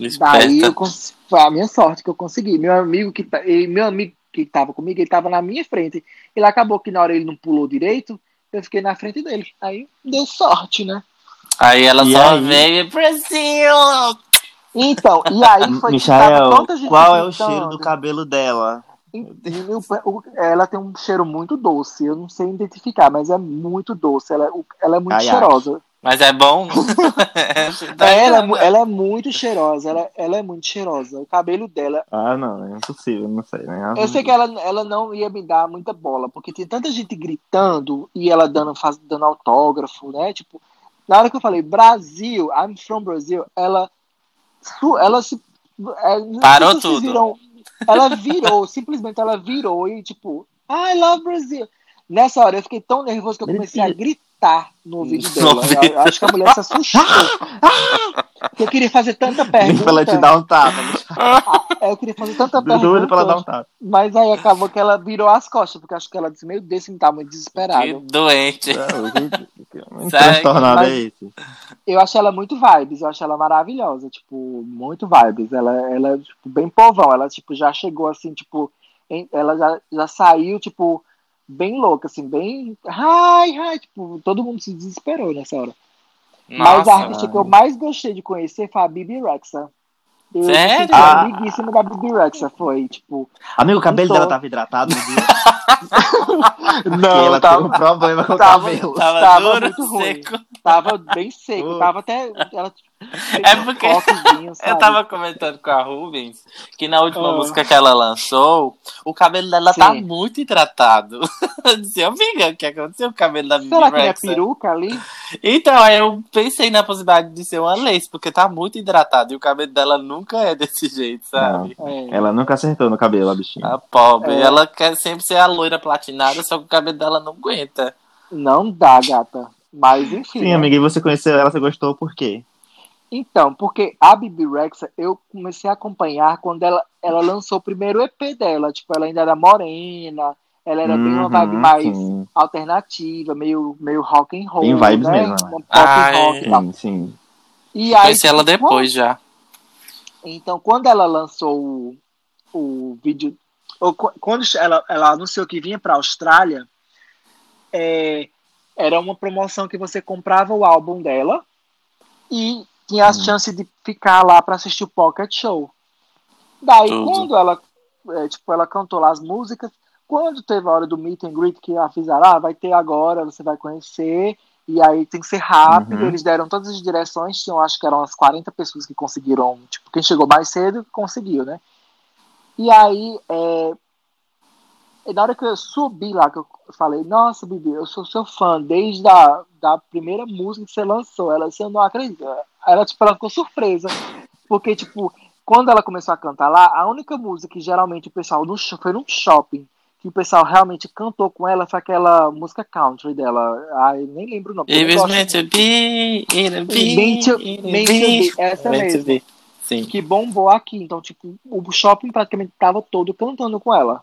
[SPEAKER 1] Daí eu
[SPEAKER 3] Esperta.
[SPEAKER 1] cons- foi a minha sorte que eu consegui. Meu amigo que tá- ele- meu amigo que tava comigo, ele tava na minha frente. Ele acabou que na hora ele não pulou direito, eu fiquei na frente dele. Aí deu sorte, né?
[SPEAKER 3] Aí ela
[SPEAKER 2] E
[SPEAKER 3] só
[SPEAKER 2] aí?
[SPEAKER 3] veio. assim, Brasil!
[SPEAKER 1] Então, e aí foi que tava
[SPEAKER 2] Michael,
[SPEAKER 1] tanta gente
[SPEAKER 2] qual é o
[SPEAKER 1] gritando.
[SPEAKER 2] cheiro do cabelo dela?
[SPEAKER 1] E o- o- Ela tem um cheiro muito doce, eu não sei identificar, mas é muito doce. Ela, o- ela é muito
[SPEAKER 2] Ai, Tá, então, ai.
[SPEAKER 1] cheirosa.
[SPEAKER 3] Mas é bom. Tá
[SPEAKER 1] É, ela, é mu- ela é muito cheirosa, ela, ela é muito cheirosa. O cabelo dela.
[SPEAKER 2] Ah, não, é impossível, não sei, né?
[SPEAKER 1] Eu sei que ela, ela não ia me dar muita bola, porque tem tanta gente gritando e ela dando, faz, dando autógrafo, né? Tipo, na hora que eu falei Brasil, I'm from Brazil, ela. su- Ela se. é, não sei
[SPEAKER 3] Parou
[SPEAKER 1] se vocês
[SPEAKER 3] tudo.
[SPEAKER 1] viram, ela virou, simplesmente ela virou e tipo, I love Brazil. Nessa hora eu fiquei tão nervoso que eu comecei a gritar no ouvido dela. Eu- eu acho que a mulher se assustou. Eu queria fazer tanta
[SPEAKER 2] Nem
[SPEAKER 1] pergunta. é
[SPEAKER 2] pra ela te dar um tapa.
[SPEAKER 1] Eu queria fazer tanta
[SPEAKER 2] Duro pra ela dar
[SPEAKER 1] pergunta.
[SPEAKER 2] um tapa.
[SPEAKER 1] Mas aí acabou que ela virou as costas, porque acho que ela disse, meu Deus, você não tá muito
[SPEAKER 3] Que
[SPEAKER 1] desesperado.
[SPEAKER 3] doente.
[SPEAKER 2] É, que- que- Um
[SPEAKER 3] Sabe?
[SPEAKER 2] transtornado
[SPEAKER 1] Mas-
[SPEAKER 2] é esse.
[SPEAKER 1] Eu achei ela muito vibes, eu achei ela maravilhosa, tipo, muito vibes. Ela, ela tipo, bem povão, ela, tipo, já chegou assim, tipo, em- ela já, já saiu, tipo, bem louca, assim, bem. Ai, ai, tipo, todo mundo se desesperou nessa hora. Mas a
[SPEAKER 3] Nossa.
[SPEAKER 1] artista que eu mais gostei de conhecer foi a Bibi Rexa. Eu me
[SPEAKER 3] Sério?
[SPEAKER 1] senti amiguíssima da Bibi Rexa, foi, tipo.
[SPEAKER 2] Amigo, o cabelo
[SPEAKER 1] Então-
[SPEAKER 2] dela tava hidratado. Viu?
[SPEAKER 1] Não,
[SPEAKER 2] ela
[SPEAKER 1] tava,
[SPEAKER 2] teve um problema com o
[SPEAKER 1] tava-
[SPEAKER 2] cabelo.
[SPEAKER 3] Tava,
[SPEAKER 1] Tava
[SPEAKER 3] duro,
[SPEAKER 1] muito ruim.
[SPEAKER 3] seco.
[SPEAKER 1] Tava bem seco,
[SPEAKER 2] Pô.
[SPEAKER 1] tava até. Ela
[SPEAKER 3] É porque-
[SPEAKER 1] Focozinho,
[SPEAKER 3] Eu
[SPEAKER 1] sabe?
[SPEAKER 3] tava comentando com a Rubens que na última
[SPEAKER 1] Ah.
[SPEAKER 3] música que ela lançou, o cabelo dela
[SPEAKER 1] Sim.
[SPEAKER 3] tá muito hidratado. Eu disse, amiga, o que aconteceu com o cabelo da Bibi
[SPEAKER 1] Será que não é
[SPEAKER 3] Rexa?
[SPEAKER 1] peruca ali?
[SPEAKER 3] Então, aí eu pensei na possibilidade de ser uma lace, porque tá muito hidratado e o cabelo dela nunca é desse jeito, sabe?
[SPEAKER 1] É.
[SPEAKER 2] Ela nunca acertou no cabelo, a bichinha.
[SPEAKER 3] A pobre.
[SPEAKER 1] É.
[SPEAKER 3] Ela quer sempre ser a loira platinada, só que o cabelo dela não aguenta.
[SPEAKER 1] Não dá, gata. Mas enfim.
[SPEAKER 2] Sim,
[SPEAKER 1] né?
[SPEAKER 2] amiga, e você conheceu ela, você gostou por quê?
[SPEAKER 1] Então, porque a Bibi Rexa eu comecei a acompanhar quando ela, ela lançou o primeiro EP dela. Tipo, ela ainda era morena, ela era bem uma
[SPEAKER 2] Uhum,
[SPEAKER 1] vibe mais
[SPEAKER 2] Sim,
[SPEAKER 1] alternativa, meio, meio rock and roll.
[SPEAKER 2] Bem vibes
[SPEAKER 1] né?
[SPEAKER 2] mesmo, né?
[SPEAKER 1] Uma pop
[SPEAKER 3] Ai.
[SPEAKER 1] rock e tal.
[SPEAKER 2] sim, sim.
[SPEAKER 1] E aí,
[SPEAKER 3] Conheci é. ela
[SPEAKER 1] tipo,
[SPEAKER 3] depois já.
[SPEAKER 1] Então, quando ela lançou o, o vídeo, ou qu- quando ela, ela anunciou que vinha para a Austrália, é, era uma promoção que você comprava o álbum dela e tinha a
[SPEAKER 2] Hum.
[SPEAKER 1] chance de ficar lá para assistir o Pocket Show. Daí,
[SPEAKER 3] Tudo.
[SPEAKER 1] quando ela, é, tipo, ela cantou lá as músicas, quando teve a hora do meet and greet que avisaram, ah, vai ter agora, você vai conhecer, e aí tem que ser rápido,
[SPEAKER 2] Uhum.
[SPEAKER 1] eles deram todas as direções, tinham, acho que eram umas 40 pessoas que conseguiram, tipo, quem chegou mais cedo conseguiu, né? E aí, é, e na hora que eu subi lá, que eu falei, nossa, Bibi, eu sou seu fã desde a da primeira música que você lançou. Ela disse, eu não acredito. Ela, tipo, ela ficou surpresa. Porque, tipo, quando ela começou a cantar lá, a única música que geralmente o pessoal no, sho- foi num shopping que o pessoal realmente cantou com ela foi aquela música country dela. Ai, nem lembro o nome.
[SPEAKER 3] It
[SPEAKER 1] eu
[SPEAKER 3] was
[SPEAKER 1] gosto
[SPEAKER 3] meant to
[SPEAKER 1] muito.
[SPEAKER 3] be, it'll be,
[SPEAKER 1] Meant to-
[SPEAKER 3] it'll
[SPEAKER 1] meant to be,
[SPEAKER 3] be,
[SPEAKER 1] Essa
[SPEAKER 3] meant to
[SPEAKER 1] mesmo
[SPEAKER 3] be. Sim.
[SPEAKER 1] que bombou aqui. Então, tipo, o shopping praticamente tava todo cantando com ela.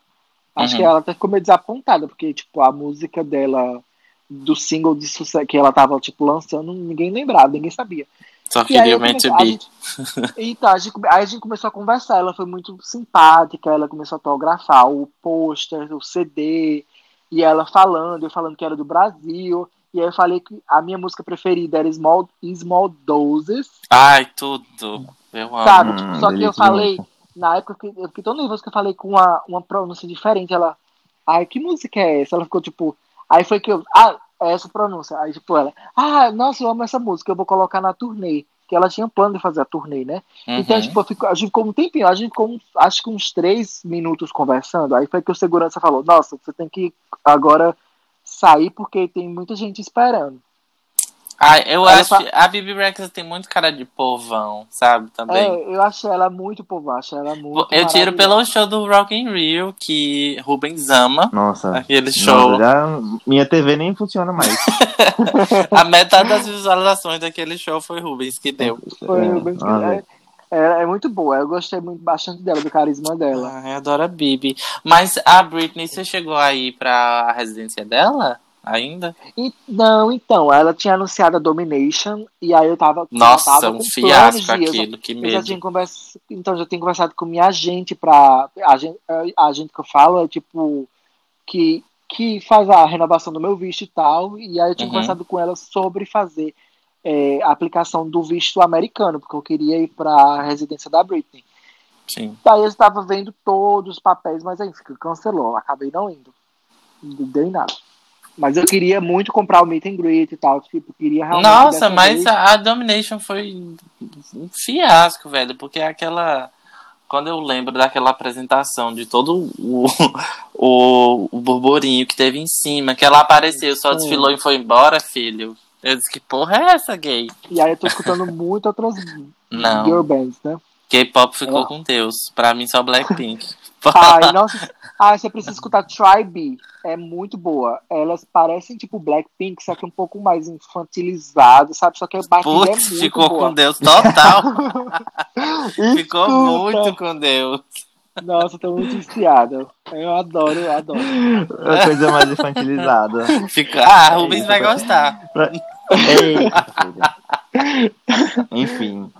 [SPEAKER 1] Acho
[SPEAKER 3] Uhum.
[SPEAKER 1] que ela até ficou meio desapontada, porque, tipo, a música dela, do single de sucesso que ela tava, tipo, lançando, ninguém lembrava, ninguém sabia.
[SPEAKER 3] Só
[SPEAKER 1] E aí
[SPEAKER 3] queria
[SPEAKER 1] eu
[SPEAKER 3] o meant to
[SPEAKER 1] comecei- a
[SPEAKER 3] be.
[SPEAKER 1] gente, então, a gente, come- aí a gente começou a conversar, ela foi muito simpática, ela começou a autografar o pôster, o CD, e ela falando, eu falando que era do Brasil. E aí eu falei que a minha música preferida era Small, Small Doses.
[SPEAKER 3] Ai, tudo. Eu amo.
[SPEAKER 1] Sabe?
[SPEAKER 2] Hum,
[SPEAKER 1] Tipo, só que eu
[SPEAKER 2] delícia.
[SPEAKER 1] falei, na época, que eu fiquei tão nervoso que eu falei com uma, uma pronúncia diferente. Ela, ai, que música é essa? Ela ficou tipo, aí foi que eu, ah, é essa pronúncia. Aí, tipo, ela, ah, nossa, eu amo essa música, eu vou colocar na turnê. Que ela tinha um plano de fazer a turnê, né?
[SPEAKER 3] Uhum.
[SPEAKER 1] Então, tipo, eu fico- a gente ficou um tempinho, a gente ficou, uns- acho que uns três minutos conversando. Aí foi que o segurança falou: Nossa, você tem que agora sair porque tem muita gente esperando.
[SPEAKER 3] Ai, eu
[SPEAKER 1] ela
[SPEAKER 3] acho
[SPEAKER 1] fa-
[SPEAKER 3] que a Bibi Rexa tem muito cara de povão, sabe? Também.
[SPEAKER 1] É, eu achei ela muito povo, achei ela é muito.
[SPEAKER 3] eu tiro
[SPEAKER 1] maravilhosa.
[SPEAKER 3] pelo show do Rock in Rio, que Rubens ama.
[SPEAKER 2] Nossa.
[SPEAKER 3] Aquele
[SPEAKER 2] Nossa,
[SPEAKER 3] É, show.
[SPEAKER 2] já... Minha TV nem funciona mais.
[SPEAKER 3] A metade das visualizações daquele show foi Rubens que deu.
[SPEAKER 1] Foi
[SPEAKER 2] É,
[SPEAKER 1] o Banco-
[SPEAKER 2] olha.
[SPEAKER 1] é, é, é muito boa. Eu gostei muito bastante dela, do carisma dela.
[SPEAKER 3] Ai, eu adoro a Bibi. Mas a Britney, você chegou aí pra residência dela? Ainda?
[SPEAKER 1] E, não, então, ela tinha anunciado a Domination e aí eu tava. eu
[SPEAKER 3] Nossa,
[SPEAKER 1] tava
[SPEAKER 3] um
[SPEAKER 1] com planos
[SPEAKER 3] fiasco
[SPEAKER 1] de-
[SPEAKER 3] aquilo, que
[SPEAKER 1] Eu já
[SPEAKER 3] medo.
[SPEAKER 1] tinha convers... Então, já tinha conversado com minha agente pra. A gente, a gente que eu falo é tipo. Que, que faz a renovação do meu visto e tal. E aí eu tinha
[SPEAKER 3] Uhum.
[SPEAKER 1] conversado com ela sobre fazer é, a aplicação do visto americano, porque eu queria ir pra residência da Britney.
[SPEAKER 3] Sim.
[SPEAKER 1] Daí eu estava vendo todos os papéis, mas aí cancelou. Acabei não indo. Não deu em nada. Mas eu queria muito comprar o Meet and Greet e tal. Tipo, queria
[SPEAKER 2] Ah,
[SPEAKER 1] realmente.
[SPEAKER 3] Nossa,
[SPEAKER 1] dessa
[SPEAKER 3] mas
[SPEAKER 1] vez-
[SPEAKER 3] a, a Domination foi um fiasco, velho, porque aquela. Quando eu lembro daquela apresentação, de todo o, o, o burburinho que teve em cima, que ela apareceu, só
[SPEAKER 1] Sim.
[SPEAKER 3] desfilou e foi embora, filho. Eu disse, que porra é essa, gay?
[SPEAKER 1] E aí eu tô escutando muito outras
[SPEAKER 3] Não,
[SPEAKER 1] girl bands, né?
[SPEAKER 3] K-pop ficou
[SPEAKER 1] Ah.
[SPEAKER 3] com Deus. Pra mim, só Blackpink.
[SPEAKER 1] Ai, nossa. Ah, você precisa escutar Tribe. É muito boa. Elas parecem tipo Blackpink, só que um pouco mais infantilizado, sabe? Só que a batida
[SPEAKER 3] Putz,
[SPEAKER 1] é muito
[SPEAKER 3] ficou
[SPEAKER 1] boa.
[SPEAKER 3] com Deus total. ficou
[SPEAKER 1] Escuta.
[SPEAKER 3] muito com Deus.
[SPEAKER 1] Nossa, eu tô muito viciada. Eu adoro, eu adoro.
[SPEAKER 2] é Uma coisa mais infantilizada.
[SPEAKER 3] Fica... Ah,
[SPEAKER 2] É
[SPEAKER 3] Rubens
[SPEAKER 2] isso,
[SPEAKER 3] vai
[SPEAKER 2] tá-
[SPEAKER 3] gostar.
[SPEAKER 2] Eita, filha. Enfim.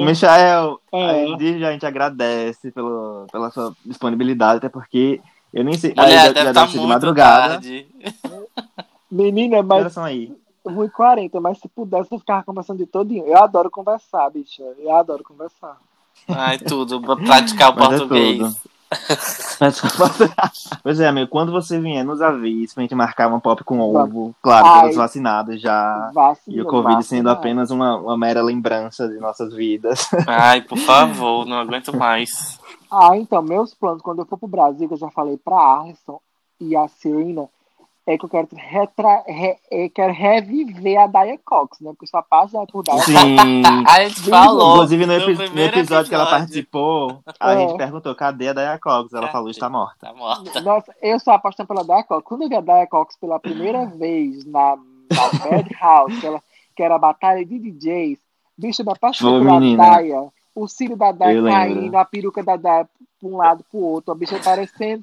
[SPEAKER 2] Michael,
[SPEAKER 1] É.
[SPEAKER 2] desde já a gente agradece pelo, pela sua disponibilidade, até porque eu nem sei.
[SPEAKER 3] Mulher,
[SPEAKER 2] aí já,
[SPEAKER 3] deve
[SPEAKER 2] já
[SPEAKER 3] estar
[SPEAKER 2] ser
[SPEAKER 3] muito
[SPEAKER 2] de madrugada.
[SPEAKER 3] tarde.
[SPEAKER 1] Menina, é
[SPEAKER 2] Que
[SPEAKER 1] mas
[SPEAKER 2] horas são aí?
[SPEAKER 1] 1h40, mas se pudesse eu ficava conversando de todinho. Eu adoro conversar, bicha. Eu adoro conversar.
[SPEAKER 3] Ai, tudo. Pra praticar o
[SPEAKER 2] Mas é
[SPEAKER 3] português.
[SPEAKER 2] tudo.
[SPEAKER 3] Tá,
[SPEAKER 2] Mas- pois é, amigo, quando você vier, nos avise pra gente marcar uma pop com ovo. Claro,
[SPEAKER 1] Ai.
[SPEAKER 2] todos vacinados já.
[SPEAKER 1] Vacina,
[SPEAKER 2] E o Covid sendo
[SPEAKER 1] vacina.
[SPEAKER 2] apenas uma, uma mera lembrança de nossas vidas.
[SPEAKER 3] Ai, por favor, não aguento mais.
[SPEAKER 1] Ah, então, meus planos, quando eu for pro Brasil, que eu já falei pra Arlisson e a Serena, é que eu quero, retra... re- é, quero reviver a Daya Cox, né? Porque eu sou apaixonada por Daya
[SPEAKER 2] Sim.
[SPEAKER 3] A gente falou.
[SPEAKER 2] Inclusive, no, epi- no
[SPEAKER 3] Tá. primeiro
[SPEAKER 2] episódio, que ela
[SPEAKER 3] episódio.
[SPEAKER 2] participou, a
[SPEAKER 1] É.
[SPEAKER 2] gente perguntou cadê a Daya Cox. Ela falou, está morta.
[SPEAKER 3] Tá morta.
[SPEAKER 1] Nossa, eu sou apaixonada pela Daya Cox. Quando eu vi a Daya Cox pela primeira vez na, na Bad House, que, ela, que era a batalha de DJs, bicho, eu me apaixonei
[SPEAKER 2] Foi,
[SPEAKER 1] pela
[SPEAKER 2] menina.
[SPEAKER 1] Daya. O cílio da Daya
[SPEAKER 2] Eu
[SPEAKER 1] caindo,
[SPEAKER 2] lembro.
[SPEAKER 1] a peruca da Daya pra um lado pro outro, a bicha parecendo.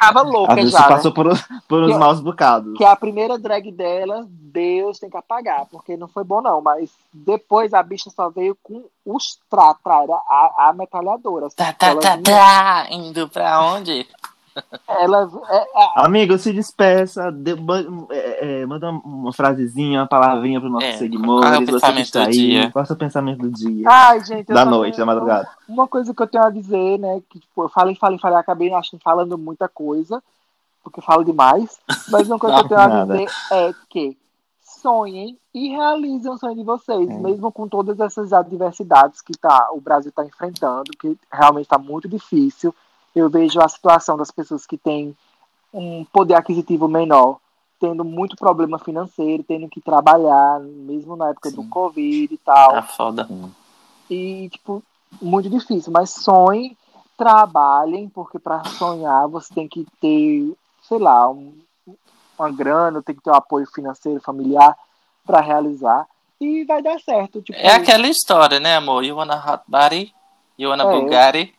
[SPEAKER 1] Tava
[SPEAKER 2] A
[SPEAKER 1] louca
[SPEAKER 2] gente
[SPEAKER 1] já. né?
[SPEAKER 2] passou por, por uns
[SPEAKER 1] Que-
[SPEAKER 2] maus bocados.
[SPEAKER 1] que é a primeira drag dela, Deus tem que apagar, porque não foi bom não, mas depois a bicha só veio com os tratra, era a, a metralhadora. assim,
[SPEAKER 3] Tá, tá,
[SPEAKER 1] ela
[SPEAKER 3] tá,
[SPEAKER 1] vinha-
[SPEAKER 3] tá. Indo pra onde?
[SPEAKER 1] ela- é, é,
[SPEAKER 2] Amigo, se despeça, dê- ma- é, é, manda uma frasezinha, uma palavrinha para os nossos
[SPEAKER 3] É,
[SPEAKER 2] seguidores.
[SPEAKER 3] qual é o
[SPEAKER 2] você que
[SPEAKER 3] pensamento
[SPEAKER 2] está
[SPEAKER 3] do
[SPEAKER 2] aí,
[SPEAKER 3] dia? Ah, então tá
[SPEAKER 2] Qual é o seu pensamento do dia?
[SPEAKER 1] Ai, gente, eu
[SPEAKER 2] da
[SPEAKER 1] só
[SPEAKER 2] noite,
[SPEAKER 1] tenho-
[SPEAKER 2] da madrugada.
[SPEAKER 1] Uma coisa que eu tenho a dizer, né, que tipo, eu falei, falei, falei, acabei acho que falando muita coisa, porque eu falo demais, mas uma coisa que eu tenho a
[SPEAKER 2] Nada.
[SPEAKER 1] dizer é que sonhem e realizem o sonho de vocês,
[SPEAKER 2] É.
[SPEAKER 1] mesmo com todas essas adversidades que tá, o Brasil está enfrentando, que realmente está muito difícil. Eu vejo a situação das pessoas que têm um poder aquisitivo menor, tendo muito problema financeiro, tendo que trabalhar, mesmo na época do
[SPEAKER 3] Sim.
[SPEAKER 1] Covid e tal.
[SPEAKER 3] Tá foda.
[SPEAKER 1] E, tipo, muito difícil. Mas sonhem, trabalhem, porque para sonhar você tem que ter, sei lá, um- uma grana, tem que ter um apoio financeiro, familiar para realizar. E vai dar certo. Tipo,
[SPEAKER 3] É aquela história, né, amor? You wanna hot body? You wanna
[SPEAKER 1] É.
[SPEAKER 3] Bulgari?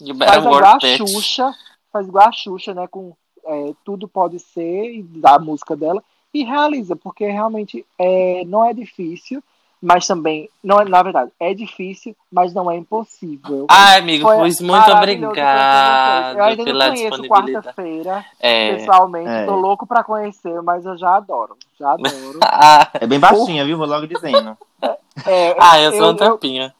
[SPEAKER 3] You
[SPEAKER 1] faz
[SPEAKER 3] better
[SPEAKER 1] igual a
[SPEAKER 3] work, bitch.
[SPEAKER 1] Xuxa, faz igual a Xuxa, né? Com é, Tudo Pode Ser, e da música dela, e realiza, porque realmente é, não é difícil. Mas também, não é, na verdade, é difícil, mas não é impossível.
[SPEAKER 3] Ai, amigo,
[SPEAKER 1] Foi
[SPEAKER 3] pois muito
[SPEAKER 1] maravilhoso conhecer vocês. Eu
[SPEAKER 3] obrigado
[SPEAKER 1] ainda
[SPEAKER 3] pela
[SPEAKER 1] não conheço
[SPEAKER 3] disponibilidade.
[SPEAKER 1] quarta-feira,
[SPEAKER 3] É.
[SPEAKER 1] pessoalmente.
[SPEAKER 2] É.
[SPEAKER 1] Tô louco pra conhecer, mas eu já adoro. Já adoro.
[SPEAKER 3] Ah,
[SPEAKER 2] É bem baixinha, viu? Vou logo dizendo.
[SPEAKER 1] É,
[SPEAKER 3] ah, eu sou um
[SPEAKER 1] eu, eu,
[SPEAKER 3] tampinha.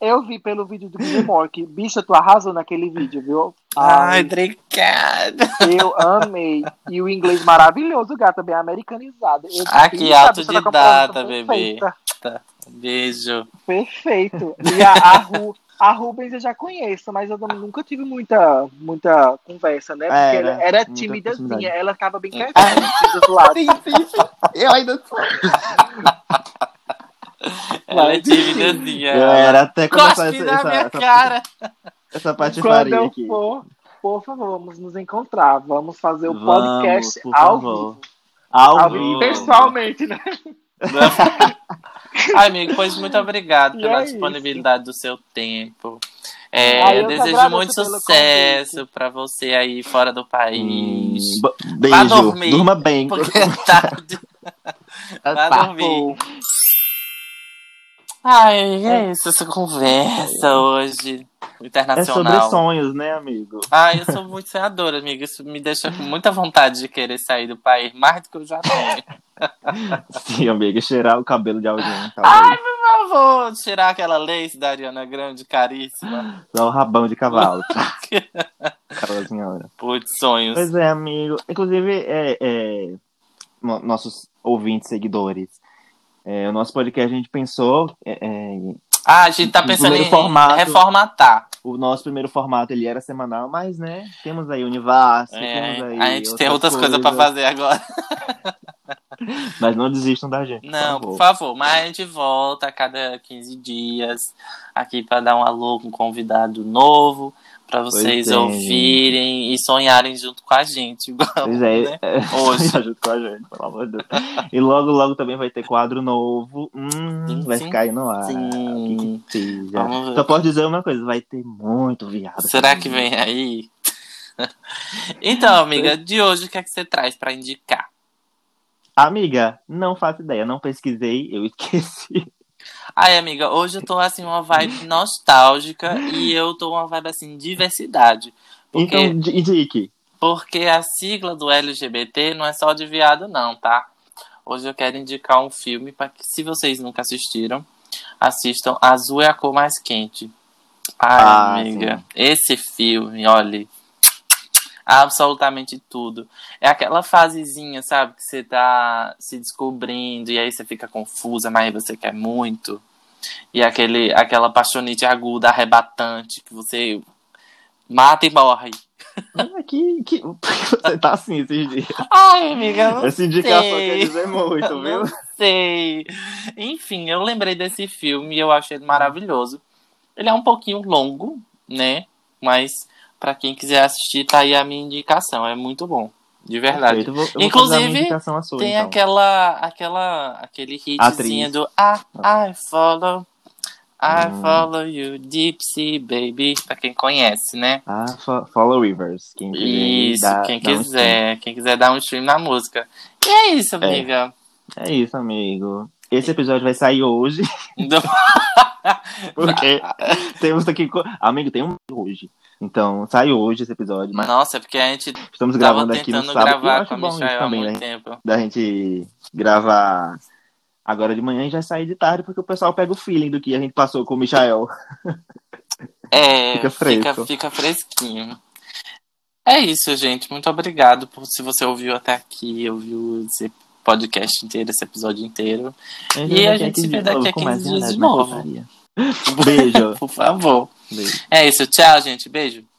[SPEAKER 1] eu vi pelo vídeo do Guilherme que bicha, tu arrasou naquele vídeo, viu?
[SPEAKER 3] Ai,
[SPEAKER 1] Ai,
[SPEAKER 3] obrigada.
[SPEAKER 1] eu amei. E o inglês maravilhoso, gata, bem americanizado. Eu,
[SPEAKER 3] Ah, que
[SPEAKER 1] Ih, a bicha tá com a
[SPEAKER 3] autodidata,
[SPEAKER 1] pronúncia
[SPEAKER 3] bebê.
[SPEAKER 1] perfeita.
[SPEAKER 3] Beijo.
[SPEAKER 1] Perfeito. E a, a, Ru, a Rubens eu já conheço, mas eu não- nunca tive muita, muita conversa, né? Porque
[SPEAKER 2] É,
[SPEAKER 1] ela
[SPEAKER 2] né?
[SPEAKER 1] era
[SPEAKER 2] Muita
[SPEAKER 1] timidazinha,
[SPEAKER 2] proximidade.
[SPEAKER 1] ela ficava bem quietinha assim, do lado.
[SPEAKER 2] Eu ainda sou.
[SPEAKER 3] Ela é
[SPEAKER 1] Vai.
[SPEAKER 3] timidazinha.
[SPEAKER 2] Eu era até começar
[SPEAKER 3] Cospe
[SPEAKER 2] essa,
[SPEAKER 3] na
[SPEAKER 2] essa,
[SPEAKER 3] minha
[SPEAKER 2] essa,
[SPEAKER 3] cara.
[SPEAKER 2] essa
[SPEAKER 1] Quando
[SPEAKER 2] patifaria
[SPEAKER 1] eu
[SPEAKER 2] aqui.
[SPEAKER 1] for, por favor, vamos nos encontrar. Vamos fazer o
[SPEAKER 2] Vamos,
[SPEAKER 1] podcast
[SPEAKER 2] por
[SPEAKER 1] ao
[SPEAKER 2] favor.
[SPEAKER 1] vivo.
[SPEAKER 2] Ao,
[SPEAKER 1] Ao
[SPEAKER 2] vivo.
[SPEAKER 1] vivo. Pessoalmente, né?
[SPEAKER 3] Ai, amigo, pois muito obrigado
[SPEAKER 1] E
[SPEAKER 3] pela
[SPEAKER 1] é
[SPEAKER 3] disponibilidade do seu tempo. É,
[SPEAKER 1] Ah, eu
[SPEAKER 3] eu
[SPEAKER 1] que
[SPEAKER 3] desejo
[SPEAKER 1] agradeço
[SPEAKER 3] muito
[SPEAKER 1] pelo
[SPEAKER 3] sucesso pra você aí fora do país.
[SPEAKER 2] Hum, bo-
[SPEAKER 3] Vá
[SPEAKER 2] Beijo.
[SPEAKER 3] dormir.
[SPEAKER 2] Durma bem.
[SPEAKER 3] Porque é tarde. Vá
[SPEAKER 2] Tá.
[SPEAKER 3] dormir. Ai, é isso, essa conversa hoje
[SPEAKER 2] É sobre
[SPEAKER 3] internacional.
[SPEAKER 2] sonhos, né, amigo?
[SPEAKER 3] Ai, eu sou muito sonhadora, amiga. Isso me deixa com muita vontade de querer sair do país, mais do que eu já tenho.
[SPEAKER 2] Sim, amigo. Cheirar o cabelo de alguém. tá
[SPEAKER 3] Ai,
[SPEAKER 2] talvez.
[SPEAKER 3] por favor, tirar aquela lace da Ariana Grande caríssima.
[SPEAKER 2] Só o rabão de cavalo. Aquela senhora.
[SPEAKER 3] Putz, sonhos.
[SPEAKER 2] Pois é, amigo. Inclusive, é, é, no- nossos ouvintes, seguidores, é, o nosso podcast a gente pensou. é, é,
[SPEAKER 3] Ah, a gente tá pensando
[SPEAKER 2] Primeiro
[SPEAKER 3] em
[SPEAKER 2] formato.
[SPEAKER 3] reformatar.
[SPEAKER 2] o nosso primeiro formato ele era semanal, mas né, temos aí Univasso,
[SPEAKER 3] É,
[SPEAKER 2] temos aí.
[SPEAKER 3] a gente tem outras coisas pra fazer agora.
[SPEAKER 2] Mas não desistam da gente.
[SPEAKER 3] Não,
[SPEAKER 2] por
[SPEAKER 3] por
[SPEAKER 2] favor.
[SPEAKER 3] favor, mas a gente volta a cada 15 dias aqui pra dar um alô com um convidado novo, pra vocês
[SPEAKER 2] é,
[SPEAKER 3] ouvirem e sonharem junto com a gente. Igual,
[SPEAKER 2] Pois é,
[SPEAKER 3] né?
[SPEAKER 2] é,
[SPEAKER 3] Hoje.
[SPEAKER 2] ajuda com a gente, pelo amor de Deus. E logo, logo também vai ter quadro novo. Hum,
[SPEAKER 3] Sim,
[SPEAKER 2] vai
[SPEAKER 3] sim,
[SPEAKER 2] ficar aí no ar.
[SPEAKER 3] sim.
[SPEAKER 2] O que que seja.
[SPEAKER 3] Vamos ver.
[SPEAKER 2] Só posso dizer uma coisa, vai ter muito viado.
[SPEAKER 3] Será que vem aí? então, amiga, de hoje o que é que você traz pra indicar?
[SPEAKER 2] Amiga, não faço ideia, não pesquisei, eu esqueci.
[SPEAKER 3] Ai, amiga, hoje eu tô assim, uma vibe nostálgica e eu tô uma vibe assim, diversidade. Porque
[SPEAKER 2] Então, di- indique.
[SPEAKER 3] Porque a sigla do LGBT não é só de viado, não, tá? Hoje eu quero indicar um filme para que, se vocês nunca assistiram, assistam Azul é a Cor Mais Quente. Ai,
[SPEAKER 2] Ah,
[SPEAKER 3] amiga, esse filme, olha, absolutamente tudo. É aquela fasezinha, sabe, que você tá se descobrindo e aí você fica confusa, mas aí você quer muito. E aquele, aquela paixonite aguda, arrebatante, que você mata e morre.
[SPEAKER 2] Ah, que, que... Você tá assim esses dias.
[SPEAKER 3] Ai, amiga, eu não
[SPEAKER 2] Essa indicação
[SPEAKER 3] sei.
[SPEAKER 2] quer dizer muito,
[SPEAKER 3] Eu
[SPEAKER 2] viu?
[SPEAKER 3] Não sei. Enfim, eu lembrei desse filme e eu achei ele maravilhoso. Ele é um pouquinho longo, né? Mas pra quem quiser assistir, tá aí a minha indicação. É muito bom, de verdade.
[SPEAKER 2] Perfeito, eu vou- eu vou
[SPEAKER 3] Inclusive,
[SPEAKER 2] fazer a minha indicação à sua,
[SPEAKER 3] Tem
[SPEAKER 2] então.
[SPEAKER 3] aquela, aquela, aquele hitzinho
[SPEAKER 2] Atriz. Ah.
[SPEAKER 3] do Ah, I, I follow, I
[SPEAKER 2] Hum.
[SPEAKER 3] follow you, Gypsy Baby, pra quem conhece, né?
[SPEAKER 2] Ah, fo- follow Rivers. Quem quiser aí,
[SPEAKER 3] Isso,
[SPEAKER 2] dá-
[SPEAKER 3] quem
[SPEAKER 2] dá um
[SPEAKER 3] quiser, quem quiser dar um stream na música. E é isso, amiga.
[SPEAKER 2] stream. É isso, amigo. Esse episódio vai sair hoje,
[SPEAKER 3] Então-
[SPEAKER 2] porque temos aqui. co- Amigo, tem um hoje. Então, sai hoje esse episódio, mas
[SPEAKER 3] Nossa, é porque a gente
[SPEAKER 2] estamos
[SPEAKER 3] tava
[SPEAKER 2] gravando aqui no
[SPEAKER 3] tentando
[SPEAKER 2] sábado. Eu
[SPEAKER 3] gravar
[SPEAKER 2] acho
[SPEAKER 3] com a
[SPEAKER 2] bom isso
[SPEAKER 3] Michelle há
[SPEAKER 2] também,
[SPEAKER 3] muito
[SPEAKER 2] né?
[SPEAKER 3] tempo.
[SPEAKER 2] Da gente gravar agora de manhã e já sair de tarde, porque o pessoal pega o feeling do que a gente passou com o Michael.
[SPEAKER 3] É,
[SPEAKER 2] Fica
[SPEAKER 3] fica,
[SPEAKER 2] fresco.
[SPEAKER 3] fica fresquinho. É isso, gente. Muito obrigado por se você ouviu até aqui, ouviu esse podcast inteiro, esse episódio inteiro. E a gente se vê daqui a 15 dias de novo.
[SPEAKER 2] Beijo.
[SPEAKER 3] Por favor.
[SPEAKER 2] Beijo.
[SPEAKER 3] É isso. Tchau, gente. Beijo.